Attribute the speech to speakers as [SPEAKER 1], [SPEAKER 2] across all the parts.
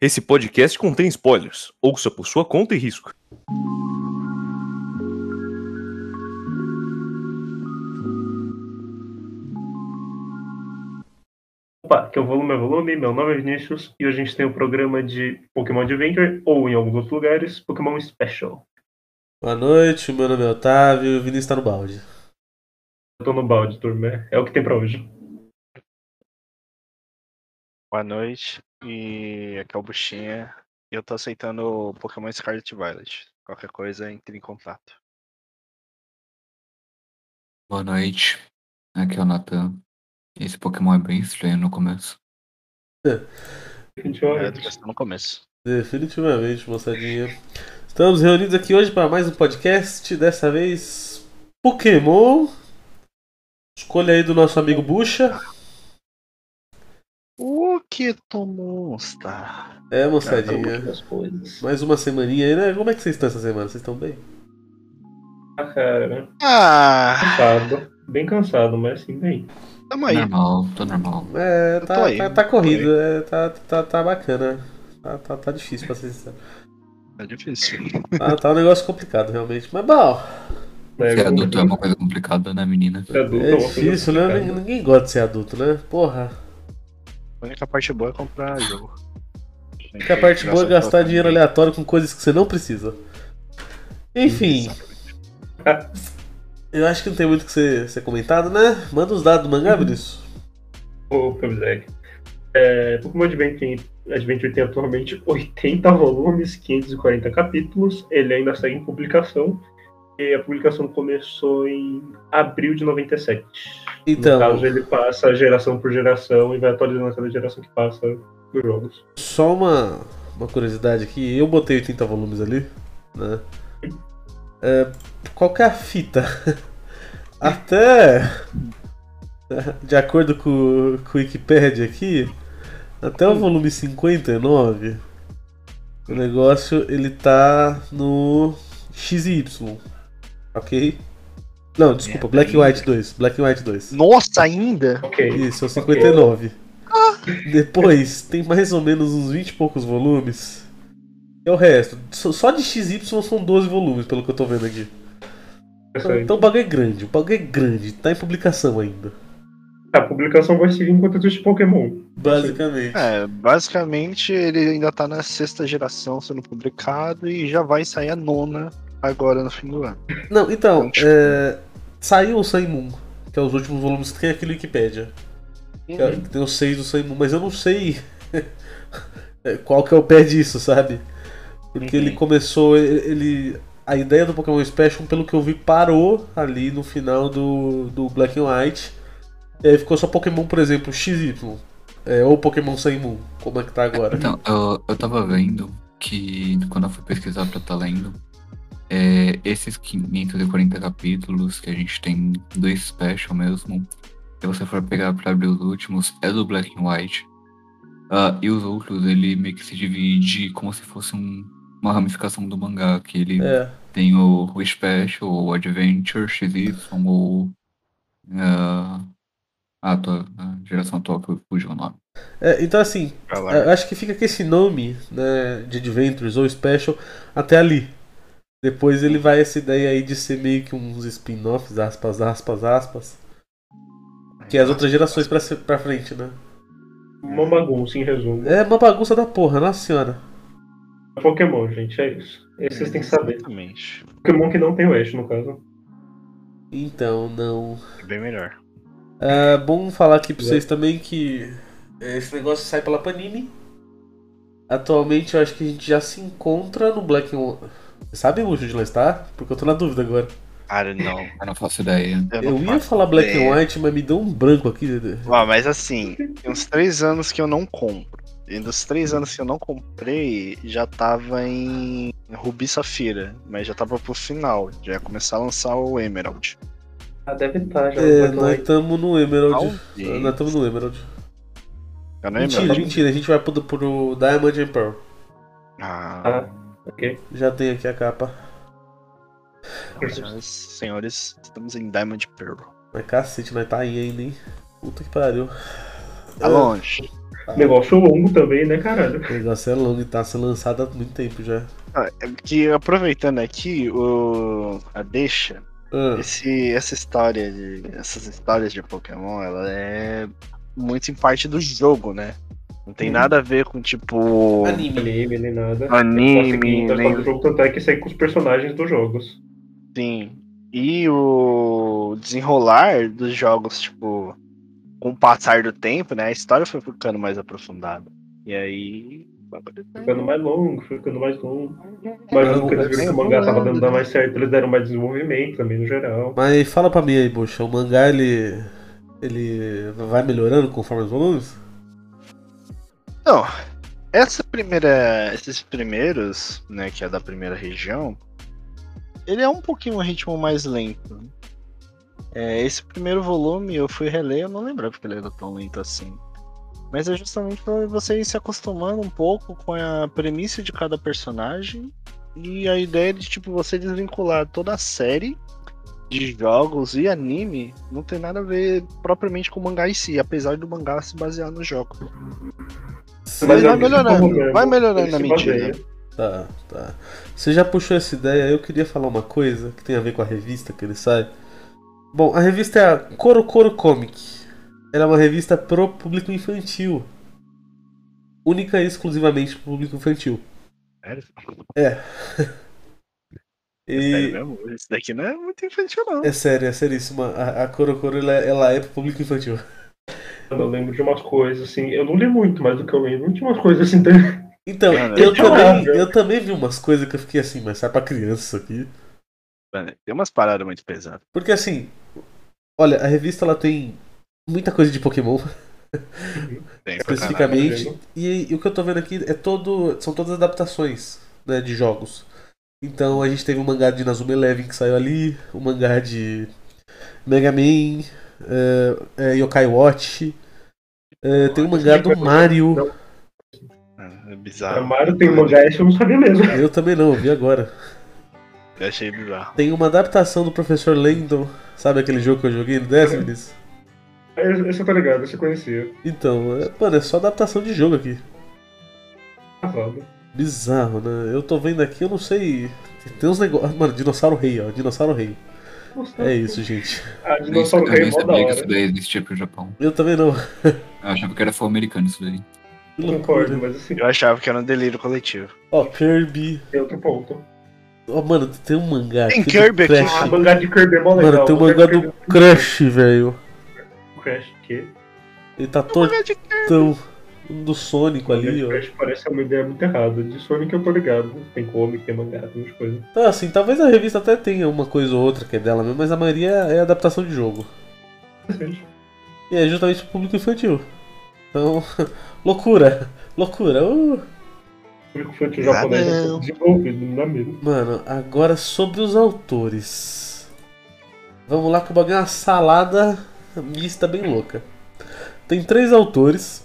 [SPEAKER 1] Esse podcast contém spoilers. Ouça por sua conta e risco.
[SPEAKER 2] Opa, que é o Volume é Volume, meu nome é Vinícius e hoje a gente tem o programa de Pokémon Adventure ou, em alguns outros lugares, Pokémon Special.
[SPEAKER 3] Boa noite, meu nome é Otávio e o Vinícius tá no balde.
[SPEAKER 2] Eu tô no balde, turma, é o que tem pra hoje.
[SPEAKER 4] Boa noite, e aqui é o Buxinha. E eu tô aceitando o Pokémon Scarlet Violet. Qualquer coisa, entre em contato.
[SPEAKER 5] Boa noite, aqui é o Natan. Esse Pokémon é bem estranho no começo.
[SPEAKER 4] É,
[SPEAKER 2] Definitivamente.
[SPEAKER 4] tá no começo.
[SPEAKER 3] Definitivamente, moçadinha. Estamos reunidos aqui hoje para mais um podcast, dessa vez Pokémon. Escolha aí do nosso amigo Bucha.
[SPEAKER 4] O que tu monsta?
[SPEAKER 3] É,
[SPEAKER 2] Cara, eu
[SPEAKER 3] moçadinha.
[SPEAKER 2] gosto das coisas.
[SPEAKER 3] Mais uma semaninha aí, né? Como é que vocês estão essa semana? Vocês estão bem?
[SPEAKER 2] Ah, cara,
[SPEAKER 4] Ah,
[SPEAKER 2] cansado. Bem cansado, mas assim, bem.
[SPEAKER 3] Então,
[SPEAKER 4] tamo aí.
[SPEAKER 5] Normal, tô normal.
[SPEAKER 3] É,
[SPEAKER 4] Eu
[SPEAKER 3] tá,
[SPEAKER 4] tô aí,
[SPEAKER 3] tá, tá
[SPEAKER 4] tô
[SPEAKER 3] corrido, é, tá, tá, tá bacana. Tá, tá, tá difícil pra vocês.
[SPEAKER 4] Tá difícil.
[SPEAKER 3] Tá, tá um negócio complicado, realmente. Mas bom,
[SPEAKER 2] Né,
[SPEAKER 5] Ser
[SPEAKER 2] eu-
[SPEAKER 5] adulto é uma coisa complicada, né, menina?
[SPEAKER 2] ser adulto
[SPEAKER 3] é
[SPEAKER 2] uma coisa
[SPEAKER 3] difícil, né?
[SPEAKER 2] complicada.
[SPEAKER 3] Ninguém, ninguém gosta de ser adulto, né? Porra.
[SPEAKER 4] A única parte boa é comprar jogo.
[SPEAKER 3] Que a parte boa é gastar dinheiro aleatório com coisas que você não precisa. Enfim, eu acho que não tem muito o que ser, ser comentado, né? Manda os dados do mangá,
[SPEAKER 2] Uhum.
[SPEAKER 3] Vinícius.
[SPEAKER 2] Ô, Pebzeg. É, Pokémon Adventure, Adventure tem atualmente 80 volumes, 540 capítulos. Ele ainda segue em publicação. E a publicação começou em abril de 97.
[SPEAKER 3] Então.
[SPEAKER 2] No caso, ele passa geração por geração e vai atualizando a cada geração que passa dos jogos.
[SPEAKER 3] Só uma, uma curiosidade aqui, eu botei 80 volumes ali, né? É, qual que é a fita? Até. De acordo com, com o Wikipedia aqui, até o volume 59, o negócio ele tá no XY, ok? Não, desculpa, Black and White 2. Black and White 2.
[SPEAKER 4] Nossa, ainda?
[SPEAKER 2] Ok.
[SPEAKER 3] Isso, é o 59. Depois tem mais ou menos uns 20 e poucos volumes. É o resto. Só só de XY são 12 volumes, pelo que eu tô vendo aqui.
[SPEAKER 2] essa aí.
[SPEAKER 3] Então o bagulho é grande, o bagulho é grande, tá em publicação ainda.
[SPEAKER 2] A publicação vai seguir enquanto existe Pokémon.
[SPEAKER 3] Basicamente.
[SPEAKER 4] É, basicamente ele ainda tá na sexta geração sendo publicado e já vai sair a nona agora no fim do ano.
[SPEAKER 3] Não, então,
[SPEAKER 4] Então, tipo-
[SPEAKER 3] é, saiu o Sun e Moon, que é os últimos volumes que tem aqui no Wikipedia. Que é- que tem os seis do Sun e Moon, mas eu não sei é, qual que é o pé disso, sabe? Porque ele começou, ele, ele- a ideia do Pokémon Special, pelo que eu vi, parou ali no final do, do Black and White. E aí ficou só Pokémon, por exemplo, XY. É, ou Pokémon Sun e Moon, como é que tá agora.
[SPEAKER 5] Então, eu, eu tava vendo que quando eu fui pesquisar pra tá lendo, é, esses 540 capítulos que a gente tem do Special mesmo, se você for pegar pra abrir os últimos, é do Black and White. Ah, e os outros, ele meio que se divide como se fosse um- uma ramificação do mangá, que ele
[SPEAKER 3] É,
[SPEAKER 5] tem o, o Special, o Adventure XY, ou. ah, ah, tô, a geração atual que fugiu o nome.
[SPEAKER 3] É, então assim,
[SPEAKER 4] Pra lá.
[SPEAKER 3] Eu acho que fica com esse nome, né, de Adventures ou Special até ali. Depois ele vai essa ideia aí de ser meio que uns spin-offs, aspas, aspas, aspas, que é as outras gerações pra, se- pra frente, né?
[SPEAKER 2] Uma bagunça, em resumo.
[SPEAKER 3] É uma bagunça da porra, nossa senhora.
[SPEAKER 2] Pokémon, gente, é isso. Esse vocês têm que saber.
[SPEAKER 4] Exatamente.
[SPEAKER 2] Pokémon que não tem o Ash, no caso.
[SPEAKER 3] Então, não.
[SPEAKER 4] É bem melhor.
[SPEAKER 3] É bom falar aqui pra vocês também que é, esse negócio sai pela Panini. Atualmente eu acho que a gente já se encontra no Black and White. Você sabe o de lá está? Porque eu tô na dúvida agora.
[SPEAKER 4] Cara, não.
[SPEAKER 5] Eu não faço ideia.
[SPEAKER 3] Eu
[SPEAKER 4] não
[SPEAKER 3] ia
[SPEAKER 4] faço
[SPEAKER 3] falar Black
[SPEAKER 4] ideia.
[SPEAKER 3] and White, mas me deu um branco aqui. Dedê.
[SPEAKER 4] Ó, mas assim, tem uns três anos que eu não compro. E dos três anos que eu não comprei, já tava em Rubi Safira. Mas já tava pro final. Já ia começar a lançar o Emerald.
[SPEAKER 2] Ah, deve estar já.
[SPEAKER 3] É, nós estamos no Emerald.
[SPEAKER 4] Talvez.
[SPEAKER 3] Nós estamos no Emerald.
[SPEAKER 4] Tá no
[SPEAKER 3] Mentira,
[SPEAKER 4] Emerald?
[SPEAKER 3] mentira, a gente vai pro, pro Diamond and Pearl.
[SPEAKER 4] Ah,
[SPEAKER 3] Já tem aqui a capa.
[SPEAKER 4] senhoras e senhores, estamos em Diamond Pearl.
[SPEAKER 2] Ah.
[SPEAKER 3] Mas cacete, nós tá aí ainda, hein? Puta que pariu.
[SPEAKER 4] Tá longe.
[SPEAKER 3] É,
[SPEAKER 2] Negócio longo também, né, caralho?
[SPEAKER 3] O negócio é longo e tá sendo lançado há muito tempo já.
[SPEAKER 4] Ah, é que aproveitando aqui o a deixa,
[SPEAKER 3] Ah,
[SPEAKER 4] esse essa história de essas histórias de Pokémon, ela é muito em parte do jogo, né? Não tem
[SPEAKER 2] Hum.
[SPEAKER 4] nada a ver com tipo
[SPEAKER 2] Anime, nem nada.
[SPEAKER 4] anime,
[SPEAKER 2] Então,
[SPEAKER 4] nem
[SPEAKER 2] o jogo tanto é que segue com os personagens dos jogos.
[SPEAKER 4] Sim. E o desenrolar dos jogos, tipo, com o passar do tempo, né? A história foi ficando mais aprofundada. E aí. tá
[SPEAKER 2] Ficando mais longo, ficando mais longo. Mas
[SPEAKER 3] Não,
[SPEAKER 2] nunca eles viram que o mangá tava dando dar mais certo, eles deram mais desenvolvimento também no geral.
[SPEAKER 3] Mas fala pra mim aí, Bocha, o mangá ele. ele vai melhorando conforme os volumes?
[SPEAKER 4] Então, essa primeira. Esses primeiros, né, que é da primeira região, ele é um pouquinho um ritmo mais lento. É, esse primeiro volume eu fui reler, eu não lembrava que ele era tão lento assim. Mas é justamente pra você ir se acostumando um pouco com a premissa de cada personagem e a ideia de tipo você desvincular toda a série de jogos e anime não tem nada a ver propriamente com o mangá em si, apesar do mangá se basear no jogo. Mas vai
[SPEAKER 2] é o mesmo
[SPEAKER 4] melhorando,
[SPEAKER 2] problema,
[SPEAKER 4] vai melhorando
[SPEAKER 2] eles
[SPEAKER 4] na
[SPEAKER 2] se
[SPEAKER 4] medida.
[SPEAKER 2] baseiam.
[SPEAKER 3] Tá, tá. Você já puxou essa ideia? Eu queria falar uma coisa que tem a ver com a revista que ele sai. Bom, a revista é a Coro Coro Comic. Ela é uma revista pro público infantil. Única e exclusivamente pro público infantil. É.
[SPEAKER 4] Sério? Sério
[SPEAKER 3] E
[SPEAKER 4] mesmo? Isso daqui não é muito infantil, não.
[SPEAKER 3] é sério, é seríssimo. A, a Coro Coro ela, ela é pro público infantil.
[SPEAKER 2] Eu lembro de umas coisas assim, eu não li muito, mas do que eu lembro tinha umas coisas assim. também.
[SPEAKER 3] Então,
[SPEAKER 4] Cara,
[SPEAKER 3] eu,
[SPEAKER 2] é
[SPEAKER 3] também,
[SPEAKER 2] horrível.
[SPEAKER 3] eu também vi umas coisas que eu fiquei assim, mas sai pra criança isso aqui.
[SPEAKER 4] Mano, Tem umas paradas muito pesadas.
[SPEAKER 3] Porque assim, olha, a revista ela tem muita coisa de Pokémon,
[SPEAKER 4] Tem pra caralho.
[SPEAKER 3] especificamente.
[SPEAKER 2] imagino.
[SPEAKER 3] E, e o que eu tô vendo aqui é todo. São todas adaptações né, de jogos. Então a gente teve o mangá de Nazuma Eleven que saiu ali, o mangá de Mega Man, é, é, Yokai Watch. é, tem o mangá do Mario.
[SPEAKER 4] É
[SPEAKER 2] A
[SPEAKER 4] bizarro.
[SPEAKER 2] Mario tem um mangá, esse eu não sabia mesmo.
[SPEAKER 3] Eu também não, eu vi agora.
[SPEAKER 4] Eu achei bizarro.
[SPEAKER 3] Tem uma adaptação do Professor Landon. Sabe aquele jogo que eu joguei no Décimos?
[SPEAKER 2] Esse esse eu tô ligado, esse eu conhecia.
[SPEAKER 3] Então, é, mano, é só adaptação de jogo aqui.
[SPEAKER 2] Cavalo.
[SPEAKER 3] Bizarro, né? Eu tô vendo aqui, eu não sei. Tem- Tem uns negócios. Mano, dinossauro rei, ó. Dinossauro rei. É isso, gente.
[SPEAKER 2] A
[SPEAKER 5] Nem
[SPEAKER 2] dinossauro
[SPEAKER 5] sabia,
[SPEAKER 2] rei é
[SPEAKER 5] nem
[SPEAKER 2] mó da
[SPEAKER 5] sabia que isso
[SPEAKER 2] hora.
[SPEAKER 5] daí existia pro Japão.
[SPEAKER 3] Eu também não.
[SPEAKER 5] Eu achava que era full americano isso daí.
[SPEAKER 3] Que
[SPEAKER 2] Concordo,
[SPEAKER 3] é loucura.
[SPEAKER 2] mas assim,
[SPEAKER 4] Eu achava que era um delírio coletivo.
[SPEAKER 3] Ó, Kirby.
[SPEAKER 2] tem outro ponto.
[SPEAKER 3] Ó, mano, tem um mangá.
[SPEAKER 4] Tem
[SPEAKER 3] aqui
[SPEAKER 4] Kirby
[SPEAKER 3] do
[SPEAKER 4] aqui,
[SPEAKER 3] Crash.
[SPEAKER 2] Ah, mangá de Kirby é mó legal.
[SPEAKER 3] Mano, tem um
[SPEAKER 2] o
[SPEAKER 3] mangá do
[SPEAKER 2] é
[SPEAKER 3] Crash, velho.
[SPEAKER 2] Crash, que...
[SPEAKER 3] Ele tá tortão. Um do Sonic ali, ó.
[SPEAKER 2] Crash parece uma ideia muito errada. De Sonic eu tô ligado. Tem comic, tem mangá, tem umas coisas.
[SPEAKER 3] Tá, assim, talvez a revista até tenha uma coisa ou outra que é dela mesmo, mas a maioria é adaptação de jogo.
[SPEAKER 2] Interessante.
[SPEAKER 3] E é justamente pro público infantil. Então, loucura. Loucura. Uh.
[SPEAKER 2] O único fã que o
[SPEAKER 4] Ah,
[SPEAKER 2] japonês é
[SPEAKER 4] não.
[SPEAKER 2] pouco desenvolvido, não dá medo.
[SPEAKER 3] Mano, agora sobre os autores. Vamos lá que o bagulho é uma salada mista bem louca. Tem três autores.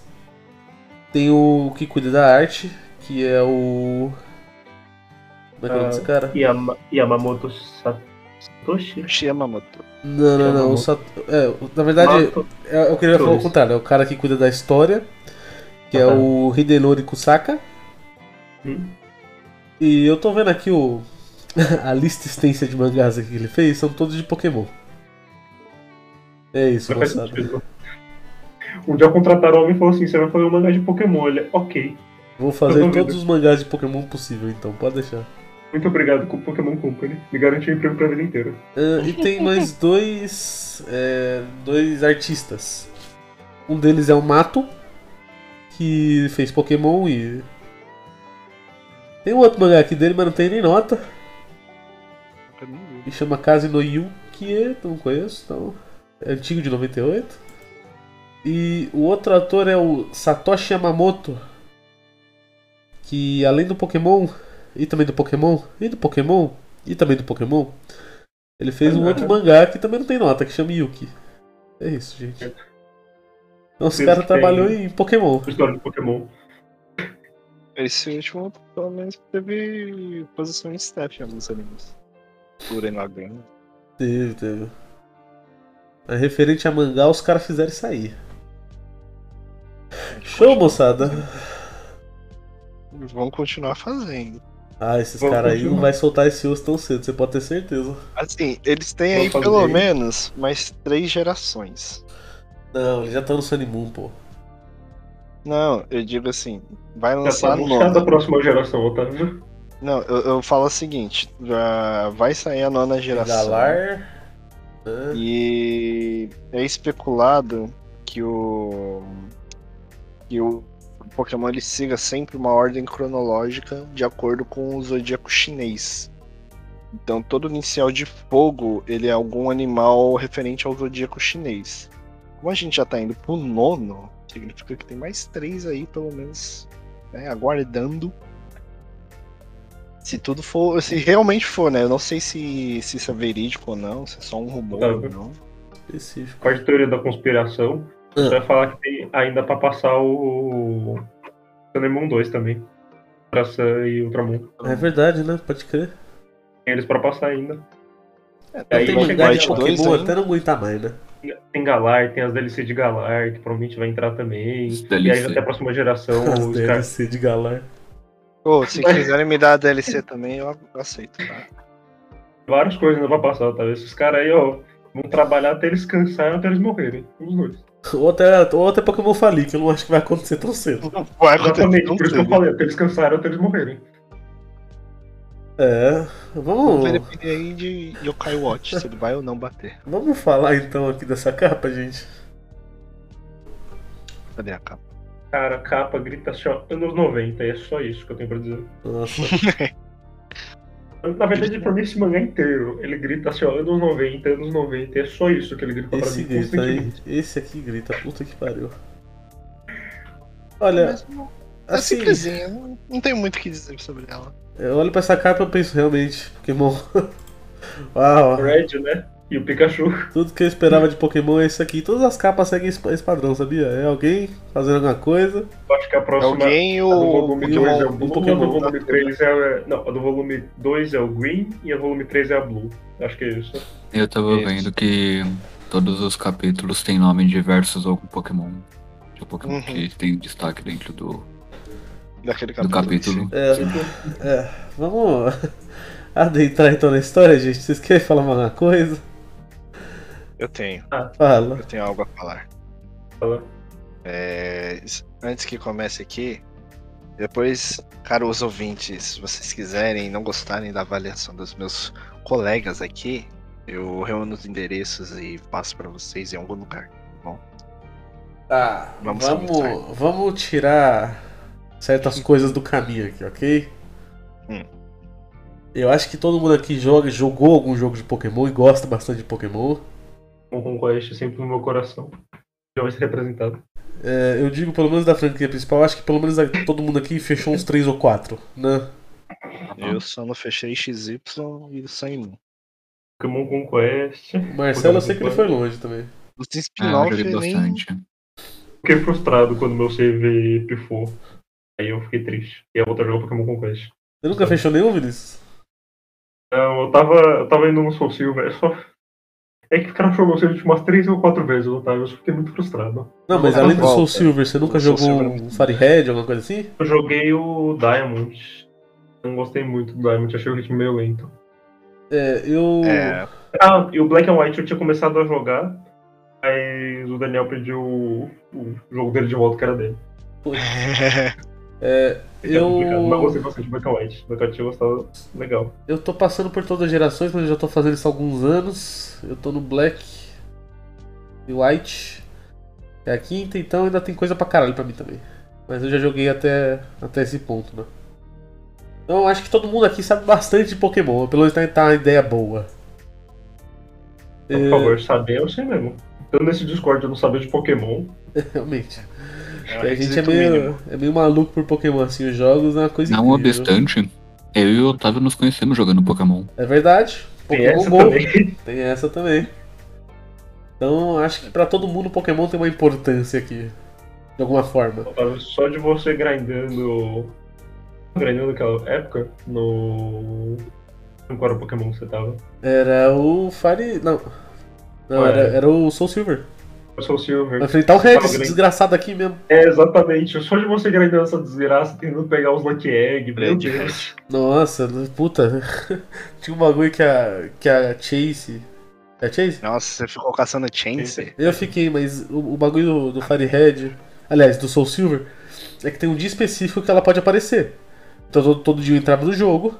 [SPEAKER 3] Tem o que cuida da arte, que é o. Como é que é o nome
[SPEAKER 2] Ah.
[SPEAKER 3] desse cara?
[SPEAKER 2] Yama, Yamamoto Satoshi?
[SPEAKER 4] Yamamoto.
[SPEAKER 3] Não, não, não. o Sat- é, o- na verdade,
[SPEAKER 2] Mato-
[SPEAKER 3] é, eu queria falar o
[SPEAKER 2] Dois.
[SPEAKER 3] contrário. É o cara que cuida da história, que é
[SPEAKER 2] Ah, tá.
[SPEAKER 3] o Hidenori Kusaka.
[SPEAKER 2] Hum.
[SPEAKER 3] E eu tô vendo aqui o. A lista extensa de mangás aqui que ele fez são todos de Pokémon. É isso,
[SPEAKER 2] Não faz
[SPEAKER 3] moçada.
[SPEAKER 2] sentido. Um dia contrataram alguém e falou assim: você vai fazer um mangá de Pokémon. Ele, ok.
[SPEAKER 3] Vou
[SPEAKER 2] Eu
[SPEAKER 3] fazer
[SPEAKER 2] duvido.
[SPEAKER 3] todos os mangás de Pokémon possível, então, pode deixar.
[SPEAKER 2] Muito obrigado com o Pokémon Company. Me garantiu emprego pra vida inteira.
[SPEAKER 3] Ah, e tem mais dois. é, dois artistas. Um deles é o Mato, que fez Pokémon e. Tem um outro mangá aqui dele, mas não tem nem nota.
[SPEAKER 4] Eu não vi.
[SPEAKER 3] E chama Kaze no Yukie, não conheço, então. É antigo de 98. E o outro ator é o Satoshi Yamamoto. Que além do Pokémon, e também do Pokémon, e do Pokémon, e também do Pokémon, ele fez um outro mangá que também não tem nota, que chama Yuki. É isso, gente. Então os
[SPEAKER 2] Mesmo
[SPEAKER 3] caras
[SPEAKER 2] que tenha
[SPEAKER 3] trabalhou em Pokémon.
[SPEAKER 2] História de Pokémon.
[SPEAKER 4] Esse último, pelo menos, teve posição em staff em alguns animes. Por Enagran.
[SPEAKER 3] Teve, teve. É Mas referente a mangá, os caras fizeram isso aí. Show, moçada.
[SPEAKER 4] Vão continuar fazendo.
[SPEAKER 3] Ah, esses
[SPEAKER 2] Vamos
[SPEAKER 3] caras aí não
[SPEAKER 2] continuar.
[SPEAKER 3] vai soltar esse osso tão cedo, você pode ter certeza.
[SPEAKER 4] Assim, eles têm
[SPEAKER 2] Vão
[SPEAKER 4] aí
[SPEAKER 2] fazer.
[SPEAKER 4] pelo menos mais três gerações.
[SPEAKER 3] Não, eles já estão no Sunny Moon, pô.
[SPEAKER 4] Não, eu digo assim, vai
[SPEAKER 2] Já
[SPEAKER 4] lançar
[SPEAKER 2] tá
[SPEAKER 4] a
[SPEAKER 2] muito chato
[SPEAKER 4] nona.
[SPEAKER 2] da próxima geração, Otávio.
[SPEAKER 4] Não, eu, eu falo o seguinte, já vai sair a nona geração.
[SPEAKER 3] Galar. né?
[SPEAKER 4] E é especulado que o que o Pokémon ele siga sempre uma ordem cronológica de acordo com o zodíaco chinês. Então todo inicial de fogo ele é algum animal referente ao zodíaco chinês. Como a gente já tá indo pro nono, significa que tem mais três aí pelo menos né, aguardando. Se tudo for, se realmente for, né? Eu não sei se, se isso é verídico ou não, se é só um rumor
[SPEAKER 2] Tá.
[SPEAKER 4] ou não.
[SPEAKER 3] ah, Específico.
[SPEAKER 2] Parte da teoria da conspiração.
[SPEAKER 3] Ah.
[SPEAKER 2] Vai falar que tem ainda pra passar o. Thundermon 2 também. Praça e Ultramon.
[SPEAKER 3] É verdade, né? Pode crer.
[SPEAKER 2] Tem eles pra passar ainda.
[SPEAKER 3] Não
[SPEAKER 4] É,
[SPEAKER 2] Aí
[SPEAKER 3] tem
[SPEAKER 2] vai
[SPEAKER 4] um
[SPEAKER 2] tipo,
[SPEAKER 3] mangá de
[SPEAKER 2] White dois
[SPEAKER 3] Pokémon
[SPEAKER 4] ainda.
[SPEAKER 3] até não aguentar mais, né?
[SPEAKER 2] Tem Galar, tem as DLC de Galar, que provavelmente vai entrar também.
[SPEAKER 5] Os
[SPEAKER 2] E aí
[SPEAKER 5] DLC.
[SPEAKER 2] até a próxima geração,
[SPEAKER 3] As
[SPEAKER 2] os caras.
[SPEAKER 3] DLC de Galar.
[SPEAKER 4] Ô, se quiserem me dar a DLC também, eu aceito, tá?
[SPEAKER 2] Várias coisas ainda pra passar, talvez. Esses caras aí, ó, vão trabalhar até eles cansarem, até eles morrerem. Os dois.
[SPEAKER 3] Ou até, ou até Pokémon falir, que eu não acho que vai acontecer tão cedo.
[SPEAKER 4] Vai
[SPEAKER 2] Exatamente, por isso que eu falei, até eles cansarem, até eles morrerem.
[SPEAKER 3] É.
[SPEAKER 4] Vamos ver
[SPEAKER 3] Vamos,
[SPEAKER 4] a aí de Yokai Watch, se ele vai ou não bater.
[SPEAKER 3] vamos falar então aqui dessa capa, gente.
[SPEAKER 4] Cadê a capa?
[SPEAKER 2] Cara, a capa grita assim, ó, anos 90, e é só isso que eu tenho pra dizer.
[SPEAKER 3] Nossa.
[SPEAKER 2] Na verdade, pra mim, esse mangá inteiro, ele grita assim, ó, anos 90, anos 90, e é só isso que ele grita pra
[SPEAKER 3] Esse
[SPEAKER 2] mim.
[SPEAKER 3] grita aí,
[SPEAKER 2] constantemente.
[SPEAKER 3] esse aqui grita, puta que pariu. Olha,
[SPEAKER 4] é
[SPEAKER 3] assim,
[SPEAKER 4] simplesinha, não, não tem muito o que dizer sobre ela.
[SPEAKER 3] eu olho pra essa capa e eu penso realmente, Pokémon. Uau,
[SPEAKER 2] O Red, né? E o Pikachu.
[SPEAKER 3] tudo que eu esperava de Pokémon é isso aqui. Todas as capas seguem esse esse padrão, sabia? É alguém fazendo alguma coisa.
[SPEAKER 2] Eu acho que a próxima.
[SPEAKER 4] Alguém
[SPEAKER 2] a do
[SPEAKER 4] ou
[SPEAKER 2] volume 2 é o
[SPEAKER 4] Pokémon?
[SPEAKER 2] Blue,
[SPEAKER 3] Pokémon.
[SPEAKER 2] a do volume 3 é. Não, a do volume 2 é o Green e a do volume 3 é a Blue. Acho que é isso.
[SPEAKER 5] Eu tava
[SPEAKER 4] Isso.
[SPEAKER 5] vendo que todos os capítulos têm nome de versus algum Pokémon. De Pokémon
[SPEAKER 4] Uhum.
[SPEAKER 5] que tem destaque dentro do,
[SPEAKER 4] Daquele
[SPEAKER 5] do
[SPEAKER 4] capítulo.
[SPEAKER 5] capítulo.
[SPEAKER 3] É, é, vamos adentrar então na história, gente. Vocês querem falar mais alguma coisa?
[SPEAKER 4] Eu tenho,
[SPEAKER 3] Fala.
[SPEAKER 4] eu tenho algo a falar.
[SPEAKER 2] Fala.
[SPEAKER 4] É, s- antes que comece aqui, depois, caros ouvintes, se vocês quiserem e não gostarem da avaliação dos meus colegas aqui, eu reúno os endereços e passo pra vocês em algum lugar.
[SPEAKER 3] Tá,
[SPEAKER 4] Vamos começar.
[SPEAKER 3] vamos, vamos tirar certas coisas do caminho aqui, ok?
[SPEAKER 4] Hum.
[SPEAKER 3] Eu acho que todo mundo aqui joga, jogou algum jogo de Pokémon e gosta bastante de Pokémon.
[SPEAKER 2] Um Quest sempre no meu coração. Já vai ser representado.
[SPEAKER 3] É, eu digo pelo menos da franquia principal, acho que pelo menos a- todo mundo aqui fechou uns 3 ou 4, né?
[SPEAKER 5] Tá
[SPEAKER 4] Eu só não fechei XY e saí um.
[SPEAKER 2] Pokémon Conquest.
[SPEAKER 3] O Marcelo eu sei que ele foi longe também.
[SPEAKER 4] Os
[SPEAKER 5] É, eu
[SPEAKER 4] spin-off
[SPEAKER 5] joguei
[SPEAKER 4] nem
[SPEAKER 5] bastante.
[SPEAKER 2] Fiquei frustrado quando meu save pifou. Aí eu fiquei triste. E eu voltar a jogar Pokémon Conquest.
[SPEAKER 3] Você nunca fechou nenhum, Vinícius?
[SPEAKER 2] Não, eu tava, eu tava indo no Soul Silver. Só... É que o cara jogou Soul Silver umas 3 ou 4 vezes, Otávio. Eu fiquei muito frustrado.
[SPEAKER 3] Não, mas
[SPEAKER 4] Não,
[SPEAKER 3] além do
[SPEAKER 4] volta.
[SPEAKER 3] Soul Silver, você nunca
[SPEAKER 4] O Soul
[SPEAKER 3] jogou
[SPEAKER 4] Silver é
[SPEAKER 3] um Firehead, alguma coisa assim?
[SPEAKER 2] Eu joguei o Diamond. Não gostei muito do Diamond, achei o ritmo meio lento.
[SPEAKER 3] É, eu.
[SPEAKER 4] É,
[SPEAKER 2] Ah, e o Black and White eu tinha começado a jogar, mas o Daniel pediu o, o jogo dele de volta, que era dele.
[SPEAKER 3] é,
[SPEAKER 2] Que é complicado, Mas eu
[SPEAKER 3] eu.
[SPEAKER 2] gostei bastante de Black and White. Black and White eu gostava legal.
[SPEAKER 3] Eu tô passando por todas as gerações, mas eu já tô fazendo isso há alguns anos. Eu tô no Black e White. É a quinta, então ainda tem coisa pra caralho pra mim também. Mas eu já joguei até, até esse ponto, né? Então eu acho que todo mundo aqui sabe bastante de Pokémon, pelo menos tá, tá uma ideia boa. É,
[SPEAKER 2] Então, Por favor, saber eu sei mesmo. Tanto nesse Discord eu não sabia de Pokémon.
[SPEAKER 3] Realmente.
[SPEAKER 4] é um
[SPEAKER 3] a gente é
[SPEAKER 4] requisito mínimo.
[SPEAKER 3] meio, é meio maluco por Pokémon, assim, os jogos é uma coisa
[SPEAKER 5] Não
[SPEAKER 3] incrível.
[SPEAKER 5] obstante, eu e o Otávio nos conhecemos jogando Pokémon.
[SPEAKER 3] É verdade.
[SPEAKER 2] Tem
[SPEAKER 3] Pokémon
[SPEAKER 2] essa
[SPEAKER 3] Go.
[SPEAKER 2] também.
[SPEAKER 3] Tem essa também. Então acho que pra todo mundo Pokémon tem uma importância aqui. De alguma forma.
[SPEAKER 2] Otávio, Só de você grindando. Grindando naquela época no. Qual era o Pokémon que você tava?
[SPEAKER 3] Era o Fire. Não. Não,
[SPEAKER 2] Ué.
[SPEAKER 3] era, era o Soul Silver.
[SPEAKER 2] Eu sou o Silver.
[SPEAKER 3] Vai enfrentar o Rex,
[SPEAKER 2] Tá
[SPEAKER 3] esse
[SPEAKER 2] grande.
[SPEAKER 3] desgraçado aqui mesmo.
[SPEAKER 2] É, exatamente. Só de você grindando essa desgraça, tentando pegar os Lucky Egg, meu
[SPEAKER 4] Grande
[SPEAKER 2] Deus.
[SPEAKER 3] Nossa, puta. Tinha um bagulho que a, que a Chase. É a Chase?
[SPEAKER 4] Nossa, você ficou caçando Chance?
[SPEAKER 3] Eu fiquei, mas o, o bagulho do, do Firehead, aliás, do Soul Silver, é que tem um dia específico que ela pode aparecer. Então todo, todo dia eu entrava no jogo,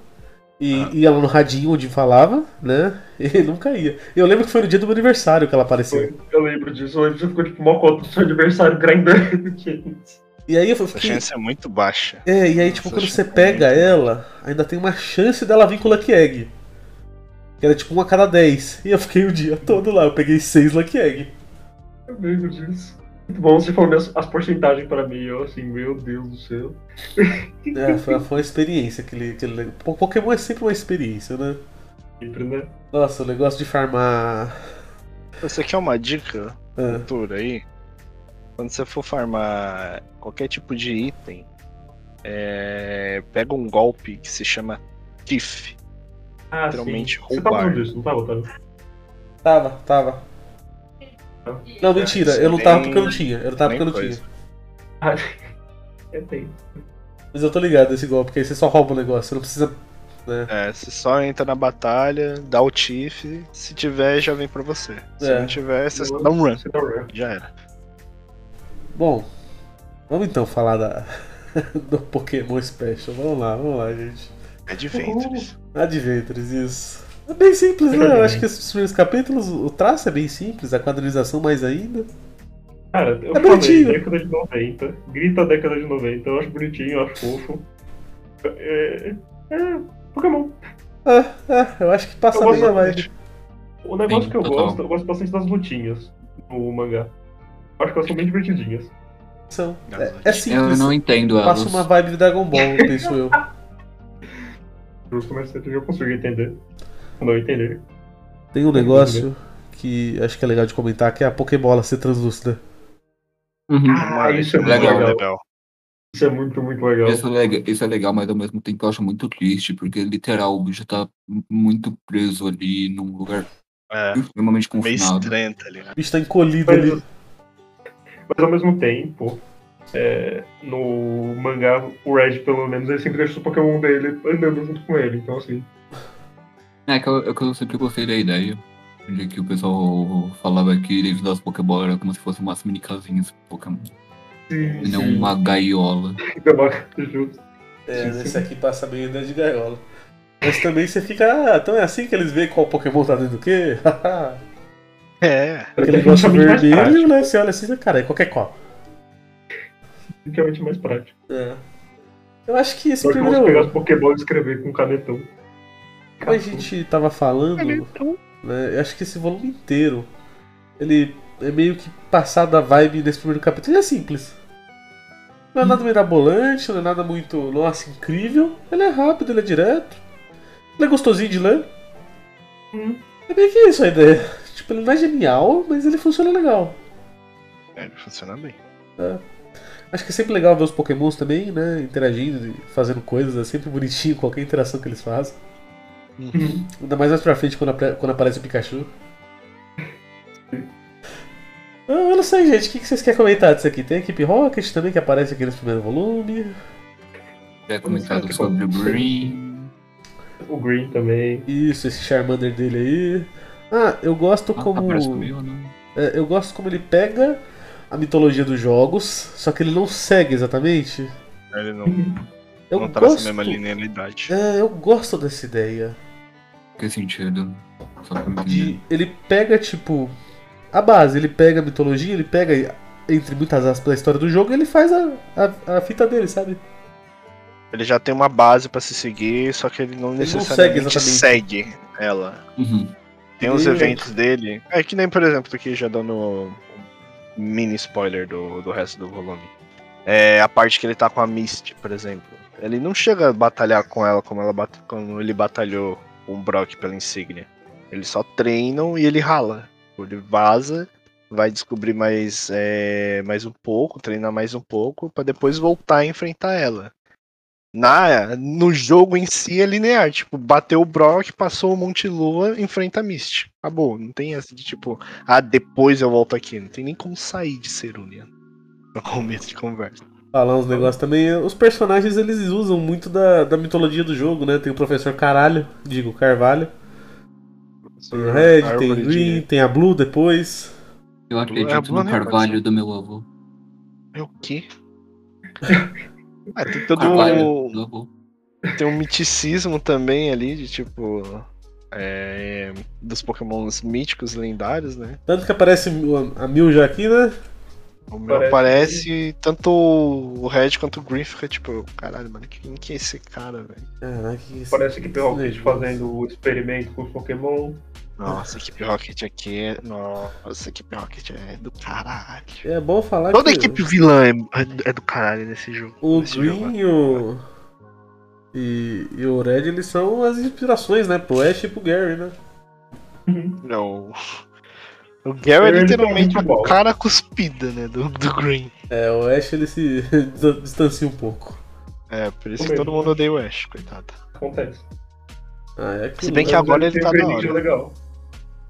[SPEAKER 3] e ia lá no radinho onde falava, né? E nunca ia. Eu lembro que foi no dia do meu aniversário que ela apareceu.
[SPEAKER 2] Eu lembro disso. Eu lembro que você ficou tipo mocota do seu adversário grindando, gente.
[SPEAKER 3] E aí eu
[SPEAKER 4] Essa
[SPEAKER 3] fiquei.
[SPEAKER 4] chance é muito baixa.
[SPEAKER 3] É, e aí tipo,
[SPEAKER 4] Essa
[SPEAKER 3] quando
[SPEAKER 4] chance
[SPEAKER 3] você
[SPEAKER 4] é
[SPEAKER 3] pega
[SPEAKER 4] muito-
[SPEAKER 3] ela, ainda tem uma chance dela vir com o Lucky Egg. Que era tipo uma a cada 10. E eu fiquei o dia todo lá, eu peguei seis Lucky Egg.
[SPEAKER 2] Eu lembro disso. Muito bom, você falou as, as porcentagens pra mim. Eu assim, meu Deus do céu.
[SPEAKER 3] É, foi, foi uma experiência aquele, aquele. Pokémon é sempre uma experiência, né?
[SPEAKER 2] Sempre, né?
[SPEAKER 3] Nossa, o negócio de farmar.
[SPEAKER 4] Isso aqui é uma dica
[SPEAKER 3] Ah,
[SPEAKER 4] cultura aí, quando você for farmar qualquer tipo de item, é, pega um golpe que se chama Thief.
[SPEAKER 2] Ah,
[SPEAKER 4] Literalmente
[SPEAKER 2] sim. Você tá falando
[SPEAKER 4] roubar.
[SPEAKER 2] disso, não tá, Otávio?
[SPEAKER 3] tava, tava. Não, mentira, eu não tava porque eu não tinha. Eu não tava porque eu não
[SPEAKER 4] Nem
[SPEAKER 3] tinha.
[SPEAKER 2] Ah, é, tem.
[SPEAKER 3] Mas eu tô ligado nesse golpe, porque aí você só rouba o negócio, você não precisa.
[SPEAKER 4] É, você só entra na batalha, dá o Thief, se tiver já vem pra você. Se
[SPEAKER 3] É.
[SPEAKER 4] não tiver, você só dá um run.
[SPEAKER 2] Você tá run.
[SPEAKER 4] Já era.
[SPEAKER 3] Bom, vamos então falar da. do Pokémon Special. Vamos lá, vamos lá, gente.
[SPEAKER 4] É
[SPEAKER 3] Uhum.
[SPEAKER 4] Adventures.
[SPEAKER 3] Adventures, isso. É bem simples, né? Eu acho que esses primeiros capítulos, o traço é bem simples, a quadrilização mais ainda.
[SPEAKER 2] Cara, eu
[SPEAKER 3] É
[SPEAKER 2] é
[SPEAKER 3] bonitinho.
[SPEAKER 2] década de 90. Grita década de 90. Eu acho bonitinho, eu acho fofo. É. é Pokémon.
[SPEAKER 3] É, é, eu acho que passa
[SPEAKER 2] Eu
[SPEAKER 3] bem a
[SPEAKER 2] gosto
[SPEAKER 3] vibe.
[SPEAKER 2] O negócio
[SPEAKER 5] Sim,
[SPEAKER 2] que eu
[SPEAKER 5] total.
[SPEAKER 2] gosto, eu gosto bastante das lutinhas no mangá. Eu acho que elas são bem divertidinhas.
[SPEAKER 3] São- É, é
[SPEAKER 5] Eu
[SPEAKER 3] simples.
[SPEAKER 5] não entendo elas.
[SPEAKER 3] Passa uma vibe de Dragon Ball, penso eu.
[SPEAKER 2] Justo, mas eu consigo entender. Não entender.
[SPEAKER 3] Tem
[SPEAKER 2] É,
[SPEAKER 3] um negócio que acho que é legal de comentar, que é a Pokébola ser translúcida.
[SPEAKER 5] Uhum.
[SPEAKER 2] Ah, isso é muito
[SPEAKER 5] Legal.
[SPEAKER 2] legal. Isso é muito, muito legal.
[SPEAKER 5] Isso é, legal, isso é legal, mas ao mesmo tempo eu acho muito triste, porque literal o bicho tá m- muito preso ali num lugar
[SPEAKER 4] É,
[SPEAKER 2] Uhum.
[SPEAKER 5] extremamente
[SPEAKER 4] meio
[SPEAKER 5] confinado.
[SPEAKER 4] estranho, tá ligado?
[SPEAKER 3] O bicho tá encolhido
[SPEAKER 2] Mas,
[SPEAKER 3] ali.
[SPEAKER 2] mas ao mesmo tempo, é, no mangá, o Red, pelo menos, ele sempre deixa o Pokémon dele andando junto com ele. Então, assim,
[SPEAKER 5] É que eu, é que eu sempre gostei da ideia. De que o pessoal falava que devido às Pokébola era como se fossem umas mini casinhas de Pokémon.
[SPEAKER 2] se,
[SPEAKER 5] E não uma gaiola.
[SPEAKER 2] se acabar junto.
[SPEAKER 3] É,
[SPEAKER 2] Sim,
[SPEAKER 3] nesse
[SPEAKER 2] sim.
[SPEAKER 3] aqui passa bem dentro de gaiola. Mas também você fica, ah, então é assim que eles veem qual Pokémon tá dentro do quê?
[SPEAKER 4] É,
[SPEAKER 3] Aquele
[SPEAKER 2] É
[SPEAKER 3] negócio
[SPEAKER 2] realmente mais
[SPEAKER 3] vermelho,
[SPEAKER 2] prático.
[SPEAKER 3] né? Você olha assim, cara, é qualquer qual.
[SPEAKER 2] Realmente mais prático.
[SPEAKER 3] É. Eu acho que esse
[SPEAKER 2] Só que eu posso pegar
[SPEAKER 3] primeiro.
[SPEAKER 2] as Pokébola e escrever com canetão.
[SPEAKER 3] Como a gente tava falando, né? Eu acho que esse volume inteiro, ele é meio que passado a vibe desse primeiro capítulo. Ele é simples. Não é nada mirabolante, não é nada muito, nossa, incrível. Ele é rápido, ele é direto. Ele é gostosinho de ler.
[SPEAKER 2] Hum.
[SPEAKER 3] É meio que isso a ideia. Tipo, ele não é genial, mas ele funciona legal.
[SPEAKER 4] é, funciona bem.
[SPEAKER 3] Acho que é sempre legal ver os pokémons também, né? Interagindo e fazendo coisas. É sempre bonitinho qualquer interação que eles fazem.
[SPEAKER 2] Uhum.
[SPEAKER 3] Ainda mais mais pra frente quando, apre- quando aparece o Pikachu. Ah, Eu não sei, gente. O que que vocês querem comentar disso aqui? Tem a equipe Rocket também que aparece aqui nesse primeiro volume.
[SPEAKER 5] Já É comentado sobre o Green.
[SPEAKER 2] O Green também.
[SPEAKER 3] Isso, esse Charmander dele aí. Ah, eu gosto
[SPEAKER 5] Ah,
[SPEAKER 3] como.
[SPEAKER 5] Parece comigo, né?
[SPEAKER 3] é, eu gosto como ele pega a mitologia dos jogos, só que ele não segue exatamente.
[SPEAKER 4] Ele não,
[SPEAKER 3] Eu
[SPEAKER 4] não traça a
[SPEAKER 3] gosto.
[SPEAKER 4] mesma linealidade.
[SPEAKER 3] É, eu gosto dessa ideia.
[SPEAKER 5] Que sentido. Só pra me entender.
[SPEAKER 3] de- ele pega tipo a base, ele pega a mitologia, ele pega entre muitas aspas a história do jogo, e ele faz a, a, a fita dele, sabe?
[SPEAKER 4] Ele já tem uma base pra se seguir, só que ele não
[SPEAKER 3] não segue
[SPEAKER 4] necessariamente
[SPEAKER 3] exatamente.
[SPEAKER 4] segue ela.
[SPEAKER 5] Uhum.
[SPEAKER 4] Tem uns
[SPEAKER 3] Meu
[SPEAKER 4] eventos dele. É que nem, por exemplo, aqui já dando um mini spoiler do, do resto do volume. É a parte que ele tá com a Mist, por exemplo. Ele não chega a batalhar com ela como, ela bate, como ele batalhou com o Brock pela insígnia. Eles só treinam e ele rala. Ele vaza, vai descobrir mais, é, mais um pouco, treinar mais um pouco, pra depois voltar a enfrentar ela. Na, no jogo em si é linear, tipo, bateu o Brock, passou o Monte Lua, enfrenta a Mist. Acabou, não tem essa de tipo, ah, depois eu volto aqui. Não tem nem como sair de Cerulean no começo de conversa.
[SPEAKER 3] Falar uns negócios também. Os personagens eles usam muito da, da mitologia do jogo, né? Tem o professor Caralho, digo, Carvalho. Tem o Red, tem o
[SPEAKER 4] Uhum, Árvore de-
[SPEAKER 3] Green, tem a Blue depois.
[SPEAKER 5] Eu acredito
[SPEAKER 4] boa,
[SPEAKER 5] no
[SPEAKER 4] né,
[SPEAKER 5] carvalho do meu avô.
[SPEAKER 4] É o quê? ah, tem todo um,
[SPEAKER 5] Carvalho do avô.
[SPEAKER 4] tem um miticismo também ali, de tipo. é, dos pokémons míticos lendários, né?
[SPEAKER 3] Tanto que aparece a- a Mil já aqui, né?
[SPEAKER 4] O meu
[SPEAKER 2] Parece-
[SPEAKER 4] aparece tanto o Red quanto o Green fica tipo, caralho, mano, quem que é esse cara, velho?
[SPEAKER 3] Caraca, que isso.
[SPEAKER 2] Parece que tem o Rocket
[SPEAKER 3] Sim.
[SPEAKER 2] fazendo o experimento com os Pokémon.
[SPEAKER 4] Nossa, a equipe Rocket aqui é. Nossa, a equipe Rocket é do caralho.
[SPEAKER 3] É bom falar
[SPEAKER 4] Toda
[SPEAKER 3] que
[SPEAKER 4] equipe vilã é, é do caralho nesse jogo.
[SPEAKER 3] o
[SPEAKER 4] nesse
[SPEAKER 3] Green
[SPEAKER 4] jogo. né?
[SPEAKER 3] e o... E, e o Red, eles são as inspirações, né? Pro Ash e pro Gary, né? Uhum.
[SPEAKER 4] Não. O Gary é
[SPEAKER 2] Ele é muito
[SPEAKER 4] literalmente o
[SPEAKER 2] bom.
[SPEAKER 4] cara cuspida, né? Do, do Green.
[SPEAKER 3] É, o Ash, ele se dis- distancia um pouco.
[SPEAKER 4] É, por isso
[SPEAKER 2] O
[SPEAKER 4] que todo
[SPEAKER 2] mesmo.
[SPEAKER 4] mundo odeia o Ash, coitado.
[SPEAKER 2] Acontece.
[SPEAKER 3] Ah, é que
[SPEAKER 4] Se bem
[SPEAKER 3] o-
[SPEAKER 4] que agora
[SPEAKER 2] Mas tem
[SPEAKER 4] ele tá
[SPEAKER 2] um
[SPEAKER 4] na
[SPEAKER 2] verniz
[SPEAKER 4] hora.
[SPEAKER 2] legal.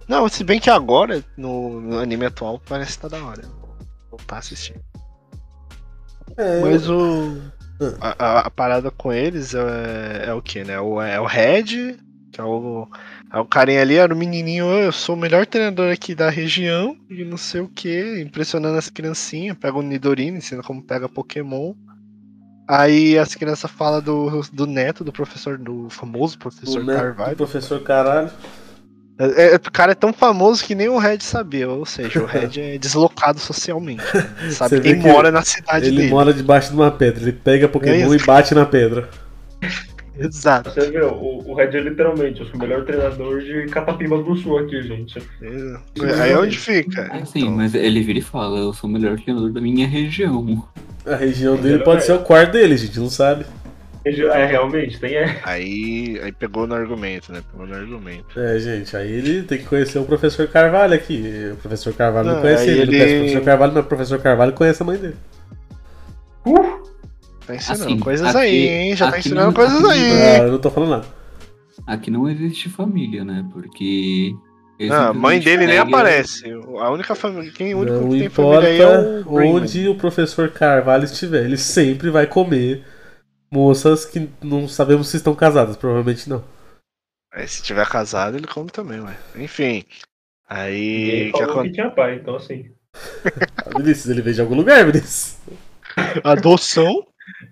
[SPEAKER 4] Não, se bem que agora, no, no anime atual, parece que tá da hora. Vou voltar a assistir.
[SPEAKER 3] É,
[SPEAKER 4] Mas o.
[SPEAKER 3] Ah.
[SPEAKER 4] A, a- a parada com eles é, é o que, né? O, é o Red, que é o. É o carinha ali, era o menininho, "Ah, eu sou o melhor treinador aqui da região, e não sei o que, impressionando as criancinhas, pega o Nidorino, ensina como pega Pokémon. Aí as crianças falam do, do neto, do professor, do famoso
[SPEAKER 3] o
[SPEAKER 4] professor
[SPEAKER 3] né,
[SPEAKER 4] Carvalho.
[SPEAKER 3] o professor Caralho.
[SPEAKER 4] É, é, o cara é tão famoso que nem o Red sabia, ou seja, o Red é deslocado socialmente. né?
[SPEAKER 3] Você
[SPEAKER 4] Sabe
[SPEAKER 3] vê
[SPEAKER 4] quem
[SPEAKER 3] que
[SPEAKER 4] mora na cidade
[SPEAKER 3] Ele
[SPEAKER 4] tá dele.
[SPEAKER 3] mora debaixo de uma pedra. Ele pega Pokémon
[SPEAKER 4] É
[SPEAKER 3] e
[SPEAKER 4] isso.
[SPEAKER 3] bate na pedra.
[SPEAKER 4] Exato.
[SPEAKER 2] Você vê, o, o Red é literalmente o melhor treinador de Catapimba do Sul aqui, gente.
[SPEAKER 4] Aí é onde fica. Então,
[SPEAKER 5] Ah, sim, mas ele vira e fala, eu sou o melhor treinador da minha região.
[SPEAKER 3] A região
[SPEAKER 2] Ele
[SPEAKER 3] dele
[SPEAKER 2] é
[SPEAKER 3] pode
[SPEAKER 2] velho.
[SPEAKER 3] ser o quarto dele, a gente não sabe.
[SPEAKER 2] É, realmente, tem é.
[SPEAKER 4] Aí, aí pegou no argumento, né? Pegou no argumento.
[SPEAKER 3] É, gente, aí ele tem que conhecer o professor Carvalho aqui. O professor Carvalho não,
[SPEAKER 4] Não,
[SPEAKER 3] conhece
[SPEAKER 4] Ah, aí
[SPEAKER 3] ele, ele...
[SPEAKER 4] ele-
[SPEAKER 3] conhece o professor Carvalho, mas o professor Carvalho conhece a mãe dele.
[SPEAKER 2] Uh,
[SPEAKER 4] Tá ensinando
[SPEAKER 5] Assim,
[SPEAKER 4] coisas
[SPEAKER 5] aqui-
[SPEAKER 4] aí, hein? Já tá
[SPEAKER 5] aqui
[SPEAKER 4] ensinando
[SPEAKER 5] não-
[SPEAKER 4] coisas
[SPEAKER 5] aqui
[SPEAKER 4] aí,
[SPEAKER 3] Ah,
[SPEAKER 4] hein?
[SPEAKER 3] eu não tô falando nada.
[SPEAKER 5] Aqui não existe família, né? Porque. ele
[SPEAKER 4] Ah, a mãe
[SPEAKER 5] simplesmente
[SPEAKER 4] dele nem
[SPEAKER 5] pega-
[SPEAKER 4] aparece. A única família. Quem o único
[SPEAKER 3] Não
[SPEAKER 4] que tem
[SPEAKER 3] importa
[SPEAKER 4] família aí é o Raymond.
[SPEAKER 3] onde o professor Carvalho estiver, ele sempre vai comer moças que não sabemos se estão casadas, provavelmente não.
[SPEAKER 4] Aí, se tiver casado, ele come também, ué. Enfim. Aí.
[SPEAKER 2] ele
[SPEAKER 4] o que
[SPEAKER 2] falou
[SPEAKER 4] aconte-
[SPEAKER 2] que tinha pai, então assim.
[SPEAKER 3] Ah, Vinícius, ele veio de algum lugar, Vinícius.
[SPEAKER 4] Adoção?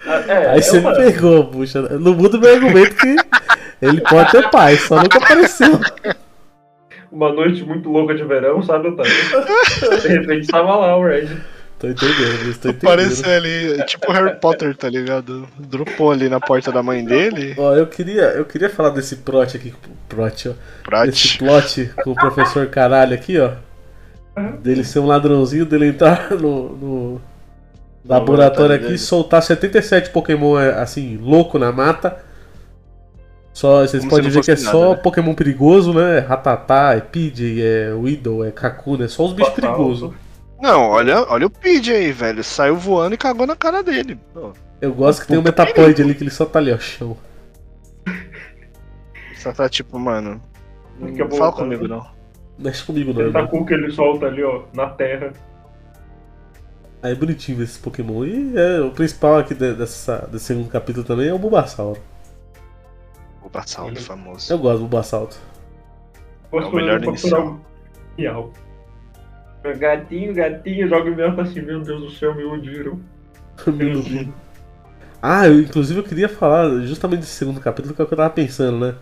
[SPEAKER 2] Ah, É,
[SPEAKER 3] Aí
[SPEAKER 2] é
[SPEAKER 3] você
[SPEAKER 2] uma-
[SPEAKER 3] me pegou, puxa. Não muda o meu argumento que ele pode ter pai, só nunca apareceu.
[SPEAKER 2] Uma noite muito louca de verão, sabe, Otávio? De repente tava lá o Red.
[SPEAKER 3] Tô entendendo, Vinícius, tô entendendo.
[SPEAKER 4] Apareceu ali, é tipo Harry Potter, tá ligado? Dropou ali na porta da mãe dele.
[SPEAKER 3] Ó, eu queria, eu queria falar desse prot aqui, prot, ó. esse
[SPEAKER 4] Prate.
[SPEAKER 3] plot com o professor caralho aqui, ó. Dele ser um ladrãozinho, dele entrar no, no laboratório
[SPEAKER 4] laboratório
[SPEAKER 3] aqui e
[SPEAKER 4] dele.
[SPEAKER 3] soltar 77 Pokémon é, assim, louco na mata. Só, vocês
[SPEAKER 4] Como
[SPEAKER 3] podem
[SPEAKER 4] se não
[SPEAKER 3] ver que é
[SPEAKER 4] fosse
[SPEAKER 3] sidnada, só
[SPEAKER 4] nada, né?
[SPEAKER 3] Pokémon perigoso, né? É Ratatá, é Pidgey, é Weedle, é Kakuna, é só os bichos
[SPEAKER 2] Fatal.
[SPEAKER 3] perigosos.
[SPEAKER 4] Não, olha, olha o Pidge aí, velho. Saiu voando e cagou na cara dele. Pô,
[SPEAKER 3] Eu gosto que tem um
[SPEAKER 4] Puta
[SPEAKER 3] Metapod ali que ele só tá ali, ó, chão.
[SPEAKER 4] Só tá tipo, mano.
[SPEAKER 2] Daqui a
[SPEAKER 4] Não
[SPEAKER 2] pouco
[SPEAKER 4] fala
[SPEAKER 2] tá,
[SPEAKER 4] comigo,
[SPEAKER 2] né?
[SPEAKER 4] não.
[SPEAKER 3] Mexe comigo, não,
[SPEAKER 2] Ele tá
[SPEAKER 3] irmão.
[SPEAKER 2] com o que ele solta ali, ó, na terra.
[SPEAKER 3] Aí é bonitinho ver esse Pokémon. E é, o principal aqui de- dessa, desse segundo capítulo também é o Bulbasauro.
[SPEAKER 4] O Bassalto
[SPEAKER 2] Ele-
[SPEAKER 4] um famoso.
[SPEAKER 3] Eu gosto do Bulbasauro.
[SPEAKER 2] Gosto
[SPEAKER 4] É o melhor
[SPEAKER 2] de
[SPEAKER 4] inicial.
[SPEAKER 2] capturar um Miau. Gatinho, gatinho, joga o miau pra assim, meu Deus do céu, me iludiram.
[SPEAKER 3] Meu Deus. Ah, eu, inclusive eu queria falar justamente desse segundo capítulo, que é o que eu tava pensando, né?